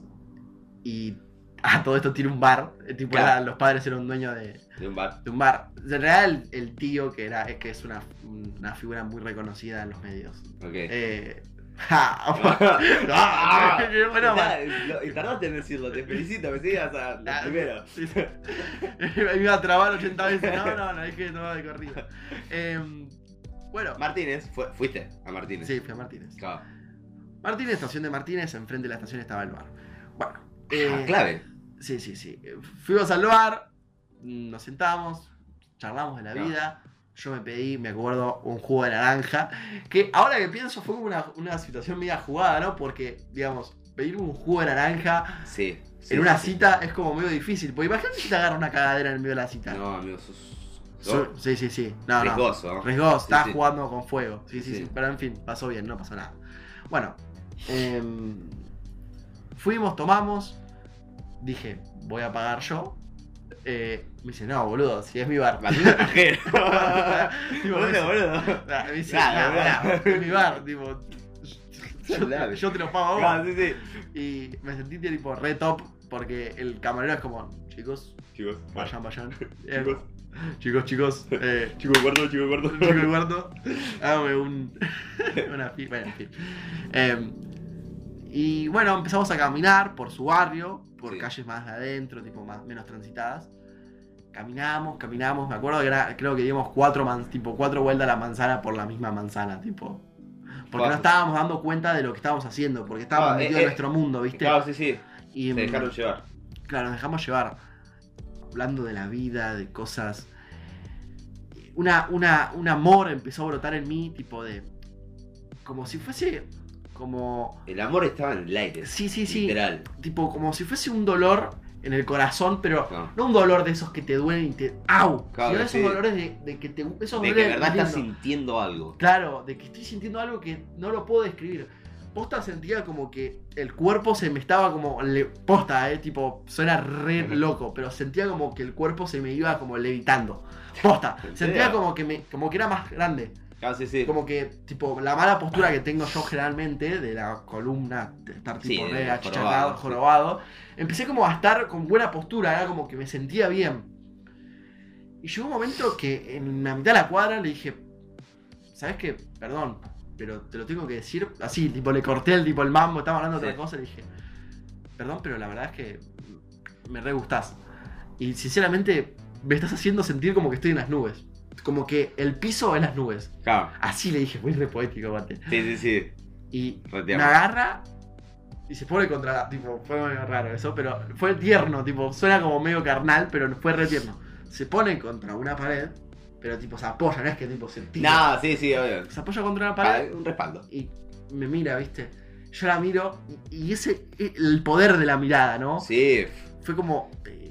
S1: y a todo esto tiene un bar, eh, tipo
S2: Claro.
S1: era- los padres eran dueños de,
S2: De un bar.
S1: de un bar. En realidad el, el tío que era, es que es una, una figura muy reconocida en los medios.
S2: Ok.
S1: Eh,
S2: Ah.
S1: Ah, ja, bueno,
S2: Está- lo- y tardaste en decirlo, te felicito, me sigas a lo
S1: Ah,
S2: primero.
S1: sí, sí. Me iba a trabar 80 veces. No, no, no, es que tomaba de corrido. Em, bueno,
S2: Martínez, fue- fuiste a Martínez.
S1: sí, fui a Martínez.
S2: Claro.
S1: Martínez, estación de Martínez, enfrente de la estación estaba el bar. Bueno,
S2: Ah,
S1: eh,
S2: clave.
S1: Sí, sí, sí. Fuimos al bar, mm, nos sentamos, charlamos de la
S2: Claro.
S1: vida. Yo me pedí, me acuerdo, un jugo de naranja. Que ahora que pienso fue como una, una situación media jugada, ¿no? Porque, digamos, pedirme un jugo de naranja
S2: Sí. sí,
S1: en una
S2: sí.
S1: cita es como medio difícil. Porque imagínate si te agarra una cagadera en el medio de la cita.
S2: No, amigo, sos.
S1: So-
S2: sos
S1: sí, sí, sí. No, no.
S2: riesgoso, ¿no?
S1: Riesgoso, estaba
S2: sí.
S1: jugando con fuego. Sí, sí,
S2: Sí.
S1: sí, Pero en fin, pasó bien, no pasó nada. Bueno, em, fuimos, tomamos. Dije, voy a pagar yo. Eh, me dice, no, boludo, si es mi bar.
S2: Martínez Pajero.
S1: Tipo,
S2: Boludo,
S1: eso.
S2: boludo.
S1: Nah, me dice,
S2: Claro,
S1: nah,
S2: claro.
S1: nah, es mi bar, tipo. Yo,
S2: Claro.
S1: yo te lo pago a vos.
S2: Ah, sí, sí.
S1: Y me sentí tipo re top porque el camarero es como, chicos,
S2: Chicos,
S1: vayan, vayan. Em,
S2: Chicos.
S1: chicos, chicos, eh,
S2: Chico cuarto, chico cuarto.
S1: Un chico cuarto. Hágame Ah, un. una fi- Bueno, en fin. Em, y bueno, empezamos a caminar por su barrio, por
S2: Sí.
S1: calles más de adentro, tipo más, menos transitadas. Caminamos, caminamos. Me acuerdo que era, creo que dimos cuatro, man- tipo, cuatro vueltas a la manzana por la misma manzana, tipo. Porque
S2: Wow.
S1: no estábamos dando cuenta de lo que estábamos haciendo, porque estábamos
S2: Ah, eh,
S1: metidos en
S2: eh.
S1: nuestro mundo, ¿viste?
S2: Claro, sí, sí.
S1: y,
S2: Se
S1: em,
S2: dejaron llevar.
S1: Claro, nos dejamos llevar. Hablando de la vida, de cosas. Una, una, un amor empezó a brotar en mí, tipo de. Como si fuese. Como.
S2: El amor estaba en el aire.
S1: Sí, sí, sí.
S2: Literal.
S1: Tipo, como si fuese un dolor en el corazón, pero.
S2: No.
S1: No un dolor de esos que te duelen y te. ¡Au!
S2: Claro,
S1: sino de
S2: sí.
S1: esos dolores de, de que te. Esos
S2: De que
S1: dolores
S2: de verdad estás
S1: doliendo.
S2: sintiendo algo.
S1: Claro, de que estoy sintiendo algo que no lo puedo describir. Posta sentía como que el cuerpo se me estaba como. le- posta, eh, tipo, suena re loco, pero sentía como que el cuerpo se me iba como levitando. Posta,
S2: ¿En
S1: sentía
S2: serio?
S1: como que, me, como que era más grande.
S2: Claro, sí, sí.
S1: Como que, tipo, la mala postura que tengo yo generalmente, de la columna, de estar
S2: Sí,
S1: tipo
S2: de
S1: re
S2: jorobado,
S1: achicharrado,
S2: sí.
S1: jorobado, empecé como a estar con buena postura, era como que me sentía bien. Y llegó un momento que en la mitad de la cuadra le dije, ¿sabes qué? Perdón, pero te lo tengo que decir así, tipo, le corté el, tipo, el mambo, estaba hablando de
S2: Sí.
S1: otra cosa, le dije, perdón, pero la verdad es que me re gustás. Y sinceramente, me estás haciendo sentir como que estoy en las nubes. Como que el piso en las nubes.
S2: Claro.
S1: Así le dije, muy re poético, mate.
S2: Sí, sí, sí.
S1: Y
S2: Re
S1: me
S2: tierno.
S1: agarra y se pone contra. Tipo, fue medio raro eso, pero fue tierno, tipo, suena como medio carnal, pero fue re tierno. Se pone contra una pared, pero tipo se apoya, no es que tipo se tira.
S2: No, sí, sí, obvio.
S1: Se apoya contra una
S2: Ah,
S1: pared
S2: Un respaldo.
S1: y me mira, viste. Yo la miro y, y ese. e, el poder de la mirada, ¿no?
S2: Sí.
S1: Fue como. eh,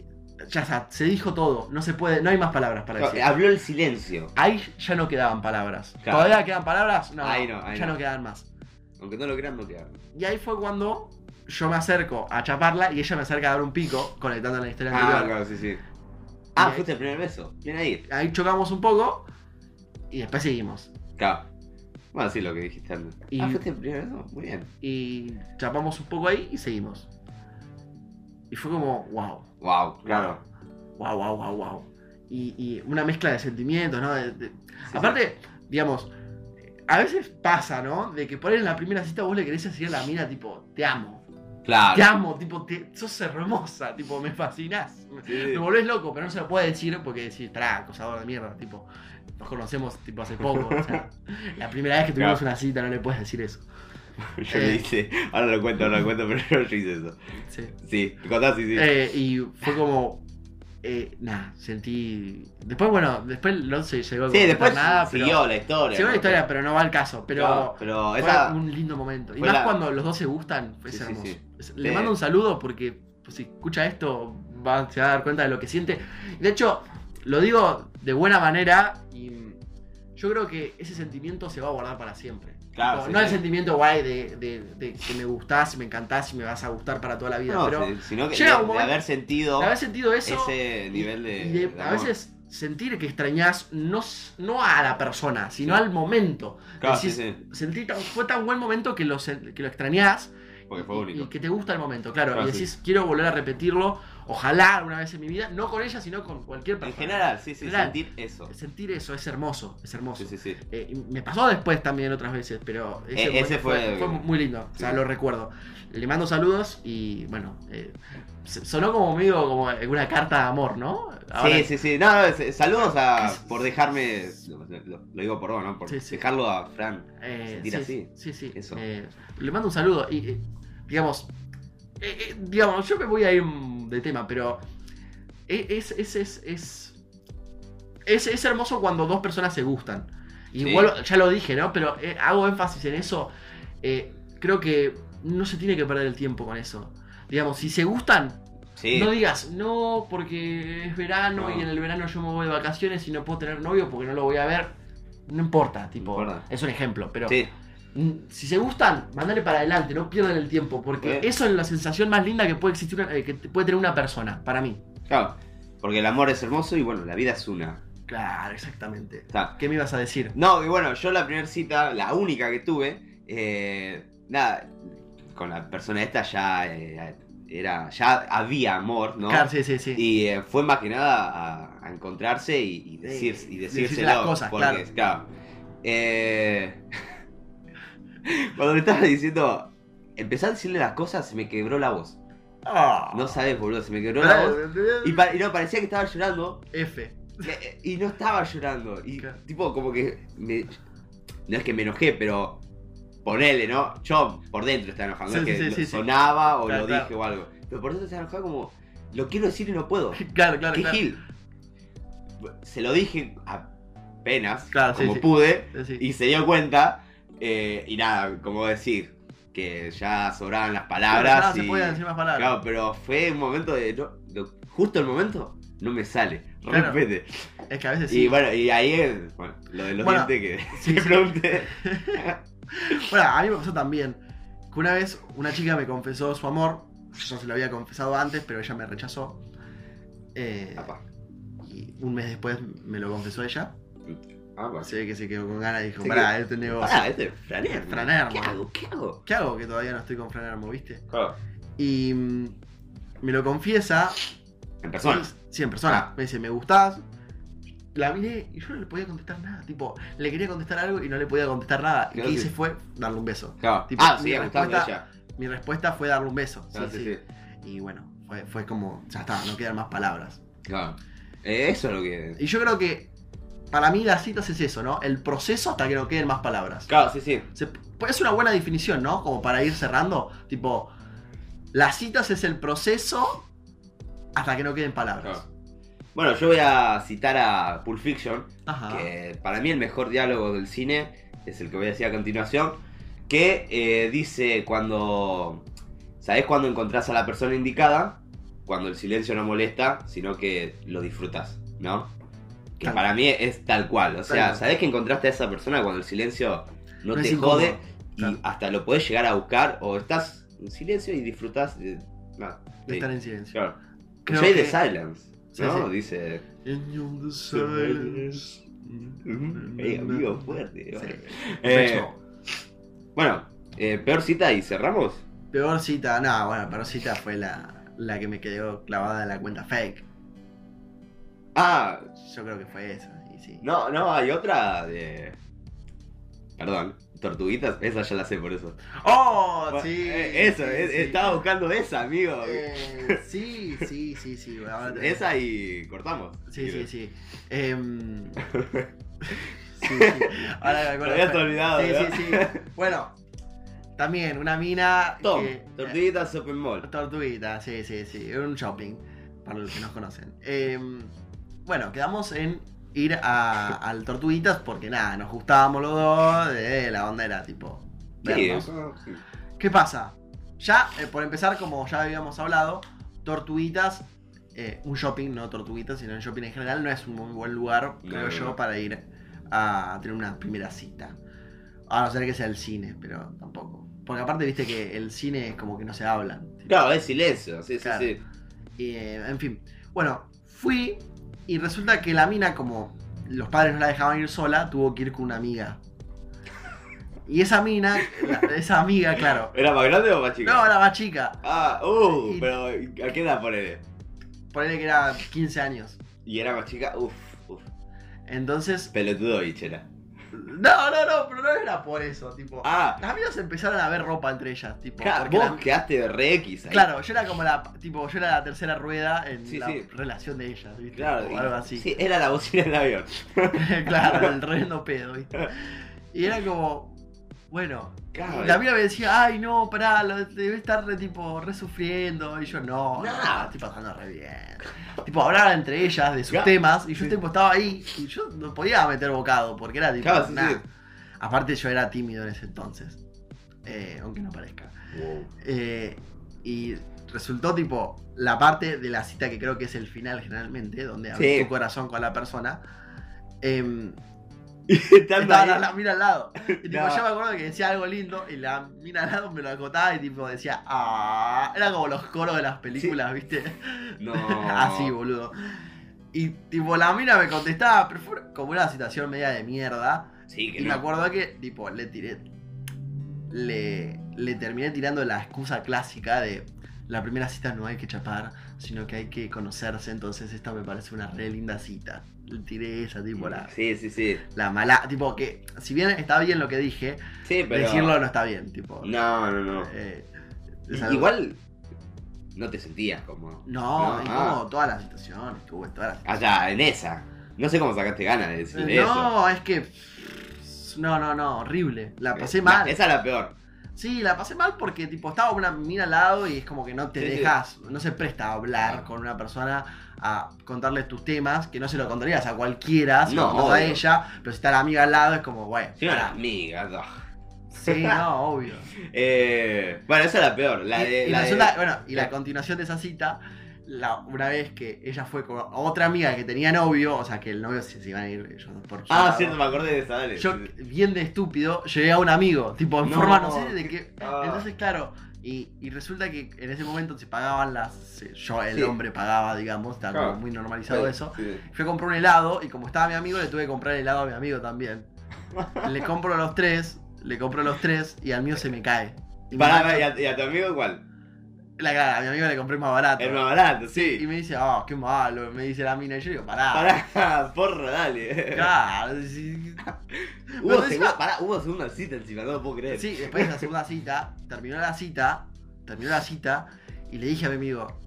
S1: ya está, se dijo todo. No se puede, no hay más palabras para
S2: Claro,
S1: decir.
S2: Habló el silencio.
S1: Ahí ya no quedaban palabras.
S2: eh, ah. Claro.
S1: ¿Todavía quedan palabras? No,
S2: Ahí no, ahí
S1: ya
S2: no.
S1: no. quedaban más.
S2: Aunque no lo crean, no quedaron.
S1: Y ahí fue cuando yo me acerco a chaparla y ella me acerca a dar un pico, conectando la historia
S2: Ah,
S1: anterior.
S2: claro, sí, sí. Ah,
S1: Y-
S2: fuiste el primer beso. Bien ahí.
S1: Ahí chocamos un poco y después seguimos.
S2: Claro. Bueno, sí, lo que dijiste antes.
S1: Y-
S2: Ah, fuiste el primer beso. Muy bien.
S1: Y chapamos un poco ahí y seguimos. Y fue como, wow,
S2: Wow, claro.
S1: wow, wow, wow, wow. Y, y una mezcla de sentimientos, ¿no? De- de-
S2: Sí,
S1: Aparte, digamos, a veces pasa, ¿no? De que por ahí en la primera cita vos le querés decir a la mina, tipo, te amo,
S2: sí. Claro.
S1: te amo, tipo, te, sos hermosa, tipo, me fascinás.
S2: Sí, sí.
S1: Me volvés loco, pero no se lo puede decir porque decís, pará, acosador de mierda, tipo, nos conocemos tipo hace poco. o sea, la primera vez que tuvimos una cita no le puedes decir eso.
S2: Yo le
S1: Eh.
S2: hice. Ahora lo cuento, ahora lo cuento, pero yo hice eso.
S1: Sí.
S2: Sí, me contás, sí, sí.
S1: Eh, y fue como. Eh, nada, sentí. Después, bueno, después no se llegó a
S2: sí,
S1: contar
S2: después
S1: nada, pero.
S2: siguió la historia.
S1: Siguió
S2: ¿no?
S1: la historia, pero no va al caso. Pero
S2: Claro, pero
S1: fue
S2: esa.
S1: un lindo momento. Y
S2: fue
S1: más
S2: la-
S1: cuando los dos se gustan, fue
S2: Sí, sí,
S1: hermoso.
S2: sí.
S1: Es- Le
S2: Eh.
S1: mando un saludo porque pues, si escucha esto va, se va a dar cuenta de lo que siente. De hecho, Lo digo de buena manera y mm, yo creo que ese sentimiento se va a guardar para siempre.
S2: Claro,
S1: Tipo,
S2: Ah, sí,
S1: no el
S2: sí.
S1: sentimiento guay de, de- de que me gustás, me encantás y me vas a gustar para toda la vida,
S2: No,
S1: pero
S2: sí, sino que
S1: llega
S2: de,
S1: un
S2: de
S1: momento-
S2: haber sentido
S1: haber sentido eso
S2: ese
S1: y-
S2: nivel de.
S1: y de-
S2: de
S1: a
S2: amor.
S1: veces sentir que extrañás no, s- no a la persona, sino
S2: Sí.
S1: al momento.
S2: Claro,
S1: decís-
S2: sí, sí,
S1: Sentir tan- fue tan buen momento que lo, sen- que lo extrañás
S2: porque fue
S1: y-
S2: único. Ah,
S1: Y que te gusta el momento, claro.
S2: Claro,
S1: y decís, quiero volver a repetirlo, ojalá una vez en mi vida, no con ella, sino con cualquier
S2: En
S1: persona.
S2: general, sí, sí,
S1: General.
S2: sentir eso.
S1: Sentir eso es hermoso, es hermoso.
S2: Sí, sí, sí.
S1: Eh, y me pasó después también otras veces, pero
S2: E- ese
S1: momento
S2: fue-
S1: muy lindo, o sea,
S2: Sí.
S1: lo recuerdo. Le mando saludos y bueno, eh, se- sonó como medio como una carta de amor, ¿no? Ahora-
S2: sí, sí, sí. No, no, s- saludos a,
S1: Es-
S2: por dejarme. Lo, lo- lo digo por vos, ¿no? Por
S1: Sí, sí.
S2: dejarlo a Fran.
S1: Eh,
S2: Sentir
S1: sí,
S2: así.
S1: Sí, sí.
S2: Eso.
S1: Eh, le mando un saludo y, eh, digamos, eh, eh, digamos, yo me voy a ir mm, de tema, pero e- es, es, es, es, es, es hermoso cuando dos personas se gustan. Y
S2: Sí.
S1: vuelvo- ya lo dije, ¿no? Pero eh, hago énfasis en eso. Eh, creo que no se tiene que perder el tiempo con eso. Digamos, si se gustan,
S2: Sí.
S1: no digas, no, porque es verano
S2: No.
S1: y en el verano yo me voy de vacaciones y no puedo tener novio porque no lo voy a ver. No importa, tipo,
S2: importa.
S1: es un ejemplo, pero
S2: sí.
S1: Mm, Si se gustan, mandale para adelante, no pierdan el tiempo, porque
S2: Bien.
S1: eso es la sensación más linda que puede existir, eh, que te- puede tener una persona, para mí.
S2: Claro. Porque el amor es hermoso y bueno, la vida es una.
S1: Claro, exactamente.
S2: Está.
S1: ¿Qué me ibas a decir?
S2: No, y bueno, yo la primera cita, la única que tuve, eh, nada, con la persona esta ya eh, era, ya había amor, ¿no?
S1: Claro, sí, sí, sí.
S2: Y eh, fue más que nada a, a encontrarse y, y decir,
S1: Sí,
S2: y
S1: decirse
S2: decírselo.
S1: las cosas,
S2: porque, claro. eh, cuando me estaba diciendo, empecé a decirle las cosas, se me quebró la voz.
S1: Ah.
S2: No sabes, boludo, se me quebró la voz. Y,
S1: F.
S2: pa- y no, parecía que estaba llorando, eh, Y no estaba llorando. Y
S1: Claro.
S2: tipo, como que. me- no es que me enojé, pero. Ponele, ¿no? Yo por dentro estaba enojado. No
S1: Sí,
S2: es
S1: sí, sí,
S2: que lo
S1: sí.
S2: sonaba o
S1: Claro,
S2: lo
S1: claro.
S2: dije o algo. Pero por dentro estaba enojado como. Lo quiero decir y no puedo.
S1: Claro, claro,
S2: ¡Qué
S1: claro.
S2: gil! Se lo dije apenas,
S1: Claro, sí,
S2: como
S1: sí.
S2: pude,
S1: Eh, sí.
S2: y se dio cuenta. eh, y nada, como decir, que ya sobraban las palabras.
S1: Claro, no
S2: y-
S1: se pueden decir más palabras.
S2: Claro, pero fue un momento de. no- no- justo el momento, no me sale.
S1: Claro.
S2: Repete.
S1: Es que a veces sí.
S2: Y bueno, y ahí es bueno, lo de los
S1: Bueno,
S2: dientes que
S1: sí,
S2: que
S1: sí.
S2: pregunté.
S1: Bueno, a mí me pasó también que una vez una chica me confesó su amor. Yo se lo había confesado antes, pero ella me rechazó. Eh,
S2: Apa,
S1: y un mes después me lo confesó ella.
S2: apa.
S1: Se ve que se quedó con ganas y dijo,
S2: Sí,
S1: pará, este negocio.
S2: Pará, este es Franer.
S1: Fran Herman.
S2: ¿Qué hago? ¿Qué hago?
S1: ¿Qué hago que todavía no estoy con Fran Armo, viste?
S2: Claro.
S1: Y mm, me lo confiesa.
S2: En persona.
S1: Sí, en persona. Me dice, me gustás. La miré y yo no le podía contestar nada. Tipo, le quería contestar algo y no le podía contestar nada. Y lo
S2: Claro,
S1: que hice
S2: sí.
S1: fue darle un beso.
S2: Claro.
S1: Tipo,
S2: ah,
S1: mi
S2: sí, gustando
S1: respuesta-
S2: ella.
S1: Mi respuesta fue darle un beso. Sí,
S2: Claro, Ah, sí, sí.
S1: sí. Y bueno, fue, fue como, ya está, no quedan más palabras.
S2: Claro. Eh, eso es lo que.
S1: Y yo creo que para mí las citas es eso, ¿no? El proceso hasta que no queden más palabras.
S2: Claro, sí, sí.
S1: Se- pues es una buena definición, ¿no? Como para ir cerrando. Tipo, las citas es el proceso hasta que no queden palabras.
S2: Claro. Bueno, yo voy a citar a Pulp Fiction.
S1: Ajá.
S2: que para mí el mejor diálogo del cine es el que voy a decir a continuación, que eh, dice cuando, ¿sabes cuando encontrás a la persona indicada? Cuando el silencio no molesta, sino que lo disfrutas, ¿no? Que
S1: Tal-
S2: para mí es tal cual, o sea,
S1: cual.
S2: ¿sabés que encontraste a esa persona cuando el silencio no,
S1: No es
S2: te
S1: incómodo,
S2: jode y
S1: claro.
S2: hasta lo podés llegar a buscar o estás en silencio y disfrutás de... nada,
S1: De
S2: sí,
S1: estar en silencio.
S2: claro.
S1: Creo
S2: Jay
S1: que-
S2: the Silence,
S1: Sí,
S2: ¿no?
S1: sí.
S2: Dice...
S1: In the silence.
S2: Eh, amigo, fuerte.
S1: Sí.
S2: vale.
S1: Eh,
S2: Bueno, eh, peor cita y cerramos.
S1: Peor cita, no, bueno, peor cita fue la, la que me quedó clavada en la cuenta fake.
S2: Ah,
S1: Yo creo que fue esa. Y sí.
S2: no, no, hay otra de. Perdón, tortuguitas, esa ya la sé por eso.
S1: ¡Oh!
S2: Bueno,
S1: sí.
S2: eh, eso,
S1: sí,
S2: es-
S1: sí.
S2: estaba buscando esa, amigo.
S1: Eh, sí, sí, sí, sí. bueno, ahora te-
S2: esa y cortamos.
S1: Sí, sí,
S2: Quiero-
S1: sí. Em, sí, sí. Ahora me acuerdo.
S2: Te habías olvidado,
S1: Sí,
S2: ¿verdad?
S1: sí, sí. Bueno, también una mina.
S2: Tom,
S1: que- eh,
S2: tortuguitas open mall.
S1: Tortuguita, sí, sí, sí. Un shopping, para los que nos conocen. Em, bueno, quedamos en ir a- al Tortuguitas porque nada, nos gustábamos los dos. eh, la onda era tipo.
S2: Sí,
S1: vernos.
S2: sí.
S1: ¿Qué pasa? Ya, eh, por empezar, como ya habíamos hablado, Tortuguitas eh, un shopping, no Tortuguitas, sino un shopping en general, no es un muy buen lugar,
S2: No,
S1: creo
S2: no,
S1: yo,
S2: no.
S1: para ir a tener una primera cita. A no ser que sea el cine, pero tampoco. Porque aparte, viste que el cine es como que no se hablan.
S2: Claro, es silencio, sí, sí,
S1: Claro.
S2: sí.
S1: Y, eh, en fin. Bueno, fui y resulta que la mina, como los padres no la dejaban ir sola, tuvo que ir con una amiga. Y esa mina, la- esa amiga, claro.
S2: ¿Era más grande o más chico?
S1: No, era más chica.
S2: Ah, uh,
S1: Y-
S2: pero ¿a qué edad ponele?
S1: Ponele que era 15 años.
S2: Y era más chica, uff, uff.
S1: Entonces.
S2: Pelotudo bichera.
S1: No, no, no, pero no era por eso, tipo.
S2: Ah,
S1: Las amigas empezaron a ver ropa entre ellas, tipo.
S2: claro,
S1: porque
S2: vos
S1: la-
S2: quedaste re X ahí.
S1: Claro, yo era como la. Tipo, yo era la tercera rueda en
S2: Sí,
S1: la
S2: sí.
S1: relación de ellas, ¿viste?
S2: Claro,
S1: o
S2: y-
S1: algo así.
S2: Sí, era la bocina del avión.
S1: claro, el reverendo pedo, ¿viste? Y era como. Bueno,
S2: Claro. eh.
S1: y la mía me decía, ay no, pará, lo, debe estar re, tipo, re sufriendo. Y yo, no, no,
S2: No.
S1: estoy pasando re bien. tipo, hablaban entre ellas de sus
S2: Claro.
S1: temas. Y yo
S2: Sí.
S1: tipo, estaba ahí y yo no podía meter bocado porque era tipo,
S2: Claro, sí,
S1: nah.
S2: sí.
S1: Aparte, yo era tímido en ese entonces. eh, aunque no parezca.
S2: Wow.
S1: Eh, y resultó tipo la parte de la cita que creo que es el final generalmente, donde abrís
S2: Sí.
S1: tu corazón con la persona. em,
S2: Estando
S1: estaba
S2: ahí,
S1: la, la mina al lado. Y tipo,
S2: No.
S1: yo me acuerdo que decía algo lindo y la mina al lado me lo acotaba y tipo decía, ah, era como los coros de las películas, ¿viste?
S2: No.
S1: Así, boludo. Y tipo, la mina me contestaba, pero fue como una situación media de mierda.
S2: Sí, que
S1: Y me
S2: no.
S1: acuerdo que, tipo, le tiré. Le, le terminé tirando la excusa clásica de. La primera cita no hay que chapar, sino que hay que conocerse, entonces esta me parece una re linda cita. Le tiré esa, tipo, la,
S2: Sí, sí, sí.
S1: la mala. Tipo, que si bien está bien lo que dije,
S2: Sí, pero.
S1: decirlo no está bien, tipo.
S2: No, no, no.
S1: eh, es
S2: Y-
S1: algo-
S2: Igual no te sentías como.
S1: No,
S2: No,
S1: y
S2: ah.
S1: como toda la situación, estuvo, toda la
S2: Allá, en esa. No sé cómo sacaste ganas de decir eso.
S1: No, es que. No, no, no, horrible. La pasé
S2: Eh,
S1: mal.
S2: Esa es la peor.
S1: Sí, la pasé mal porque tipo estaba una mina al lado y es como que no te
S2: Sí, sí.
S1: dejas, no se presta a hablar con una persona a contarle tus temas, que no se lo contarías a cualquiera, se lo
S2: No,
S1: contás a
S2: obvio.
S1: ella, pero si está la amiga al lado es como, bueno,
S2: Sí, una
S1: pará.
S2: amiga. no.
S1: sí, no, obvio.
S2: Eh, bueno, esa es la peor. La
S1: Y-
S2: de.
S1: y
S2: la de-
S1: resulta- bueno, y la continuación de esa cita, la, una vez que ella fue con otra amiga que tenía novio, o sea que el novio se, se iban a ir ellos dos por su
S2: Ah,
S1: lado.
S2: cierto, me acordé de esa. Dale.
S1: Yo, bien de estúpido, llegué a un amigo, tipo, en
S2: No.
S1: forma, no sé de qué.
S2: Ah.
S1: Entonces, claro, y, y resulta que en ese momento se pagaban las. se- yo, el
S2: Sí.
S1: hombre, pagaba, digamos, estaba como
S2: Claro.
S1: muy normalizado eso.
S2: Sí.
S1: Fui a comprar un helado y como estaba mi amigo, le tuve que comprar helado a mi amigo también. Le compro los tres, le compro los tres y al mío se me cae. Y
S2: Pará,
S1: me
S2: pará,
S1: macho-
S2: y a, y a tu amigo igual.
S1: La cara, a mi amigo le compré más barato.
S2: El más barato,
S1: Y
S2: sí.
S1: me dice, oh, qué malo, me dice la mina. Y yo digo, pará.
S2: Pará, porra, dale.
S1: Claro, sí.
S2: Hubo,
S1: Pero encima-
S2: segunda, pará, hubo segunda cita encima, no lo puedo creer.
S1: Sí, después de la segunda cita, terminó la cita, terminó la cita, y le dije a mi amigo,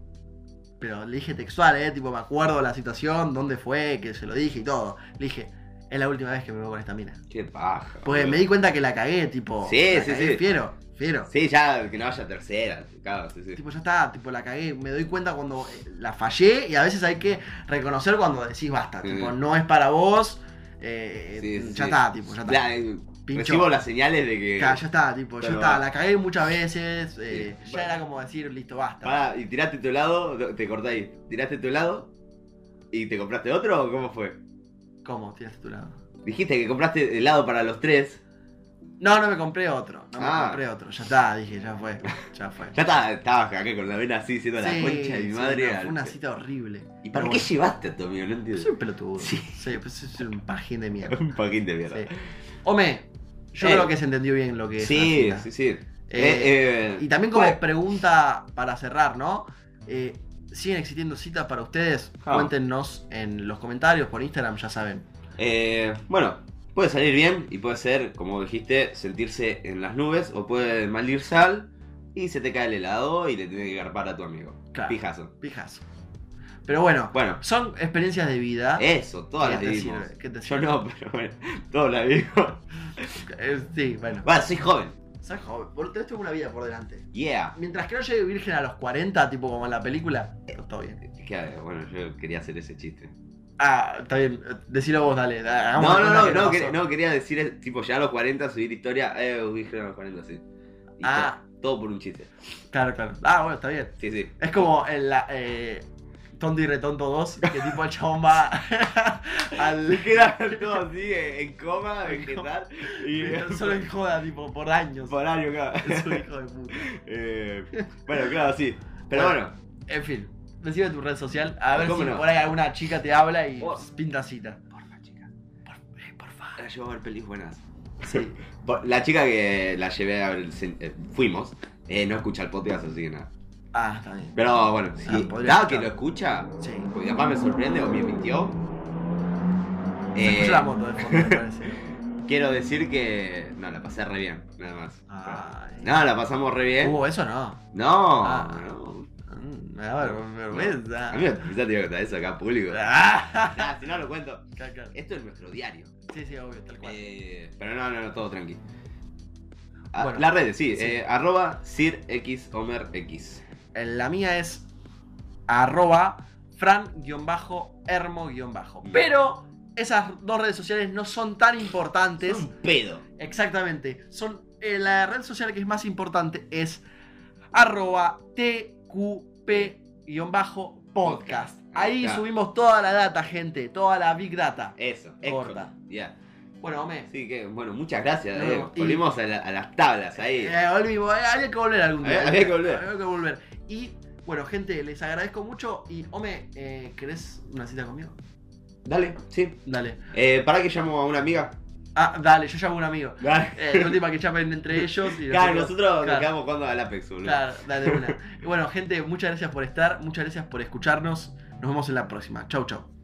S1: pero le dije textual, ¿eh? Tipo, me acuerdo la situación, dónde fue, que se lo dije y todo. Le dije, es la última vez que me veo con esta mina.
S2: Qué paja.
S1: Porque
S2: boludo.
S1: Pues me di cuenta que la cagué, tipo.
S2: Sí,
S1: la
S2: sí,
S1: cagué,
S2: sí.
S1: Fiero, fiero.
S2: Sí, ya que no haya tercera. Claro, sí, sí.
S1: Tipo, ya está, tipo, la cagué. Me doy cuenta cuando eh, la fallé y a veces hay que reconocer cuando decís basta. Tipo,
S2: Mm.
S1: no es para vos. eh,
S2: Sí, sí,
S1: ya
S2: sí.
S1: está, tipo, ya está.
S2: La- eh,
S1: Pinchó.
S2: recibo las señales de que.
S1: Claro, ya está, tipo, ya
S2: Eh, Pero
S1: está,
S2: va.
S1: la cagué muchas veces, eh,
S2: Sí.
S1: ya era como decir, listo, basta.
S2: Pará, y tiraste tu helado, te cortáis. ¿Tiraste tu helado y te compraste otro o cómo fue?
S1: ¿Cómo? Tiraste tu lado.
S2: Dijiste que compraste helado para los tres.
S1: No, no me compré otro, no me
S2: Ah.
S1: compré otro, ya está, dije, ya fue, ya fue.
S2: Ya estaba, estaba acá con la vena así, siendo la
S1: Sí,
S2: concha de mi
S1: sí,
S2: madre.
S1: no,
S2: al-
S1: fue una cita horrible.
S2: ¿Y
S1: Pero
S2: para qué
S1: bueno,
S2: llevaste a tu amigo? No
S1: Yo
S2: entiendo.
S1: soy un pelotudo.
S2: Sí.
S1: Sí, pues soy un pajín de mierda.
S2: Un paquín de mierda.
S1: Sí. Home, yo
S2: Eh.
S1: creo que se entendió bien lo que es.
S2: Sí,
S1: la cita.
S2: sí, sí.
S1: Eh,
S2: Eh, eh,
S1: Y también como
S2: bueno,
S1: pregunta para cerrar, ¿no? Eh, ¿Siguen existiendo citas para ustedes?
S2: Ah.
S1: Cuéntenos en los comentarios, por Instagram, ya saben.
S2: eh, bueno, puede salir bien y puede ser, como dijiste, sentirse en las nubes o puede mal ir sal y se te cae el helado y le tiene que garpar a tu amigo.
S1: Claro.
S2: Pijazo.
S1: Pijazo. Pero bueno,
S2: Bueno,
S1: son experiencias de vida.
S2: eso, Eh, todas
S1: ¿Qué
S2: las
S1: Ah. te
S2: vivimos.
S1: sirve? ¿Qué te
S2: Yo
S1: sirve?
S2: no, pero bueno, todas las vivimos.
S1: Eh, sí, bueno.
S2: Bueno, soy joven.
S1: Soy joven, por tenés toda una vida por delante.
S2: Yeah.
S1: Mientras que no llegue virgen a los 40, tipo como en la película, todo bien.
S2: Es que, eh, bueno, yo quería hacer ese chiste.
S1: Ah, está bien. Decilo vos, dale. da- hagamos
S2: No,
S1: de cuenta
S2: no, no,
S1: Ah, que
S2: no,
S1: pasó.
S2: quer- no, quería decir, eh, tipo, ya a los 40, subir historia, eh, virgen a los 40, sí. Y
S1: Ah.
S2: todo, todo por un chiste.
S1: Claro, claro. Ah, bueno, está bien.
S2: Sí, sí.
S1: Es como en la. eh, Tonto y Retonto 2, que tipo el chabón va al.
S2: Se quedaron todos así en coma, vegetal.
S1: Y
S2: Y
S1: solo en joda, tipo, por años.
S2: por año, claro.
S1: Es un hijo de puta.
S2: Eh, bueno, claro, sí. Pero
S1: Bueno.
S2: bueno,
S1: En fin, decime tu red social, a ver
S2: ¿Cómo
S1: si
S2: no?
S1: por ahí alguna chica te habla y
S2: Oh.
S1: pinta cita.
S2: Porfa, chica.
S1: Por, eh, por favor.
S2: Ahora yo voy a ver pelis buenas.
S1: Sí.
S2: Por- La chica que la llevé a ver, el cin- eh, fuimos, eh, no escucha el podcast, así que nada.
S1: Ah, está bien.
S2: Pero bueno, si
S1: Ah, podría
S2: dado que
S1: escuchar.
S2: lo escucha,
S1: Sí.
S2: porque capaz me sorprende o me mintió.
S1: Se
S2: eh,
S1: escucha la moto de fondo, me parece.
S2: quiero decir que. No, la pasé re bien, nada más.
S1: Ay.
S2: No, ¿eh? la pasamos re bien.
S1: Ah. Uh, eso no.
S2: No,
S1: Ah.
S2: no.
S1: Mm, Me da ver- vergüenza.
S2: A mí quizás te digo que está eso acá público.
S1: Ah,
S2: Nah, si no lo cuento.
S1: claro, claro.
S2: Esto es nuestro diario.
S1: Sí, sí, obvio, tal cual.
S2: Eh, pero no, no, no, todo tranqui. Ah,
S1: Bueno.
S2: las redes, sí.
S1: Sí.
S2: eh, arroba sirxhomerx.
S1: La mía es arroba fran-hermo-. Pero esas dos redes sociales no son tan importantes.
S2: Es un pedo.
S1: Exactamente. Son, eh, la red social que es más importante es arroba tqp-podcast. Ahí
S2: Ahí está.
S1: subimos toda la data, gente. Toda la big data.
S2: Eso, es
S1: Corta.
S2: Ya.
S1: Bueno, Ome.
S2: Así que, bueno, muchas gracias.
S1: No,
S2: eh.
S1: y-
S2: Volvimos a, la- a las tablas ahí.
S1: Eh, volvimos, eh, había que volver algún día.
S2: Había- había que volver.
S1: Había que volver. Y bueno, gente, les agradezco mucho. Y Ome, eh, ¿querés una cita conmigo?
S2: Dale, sí.
S1: Dale.
S2: Eh, ¿Para que llamo a una amiga?
S1: Ah, dale, yo llamo a un amigo.
S2: Dale.
S1: Eh, la última que chapen entre ellos. Y
S2: Claro, nosotros nos
S1: claro.
S2: quedamos jugando al Apex, boludo.
S1: Claro, dale de una. Y bueno, gente, muchas gracias por estar, muchas gracias por escucharnos. Nos vemos en la próxima. Chau, chau.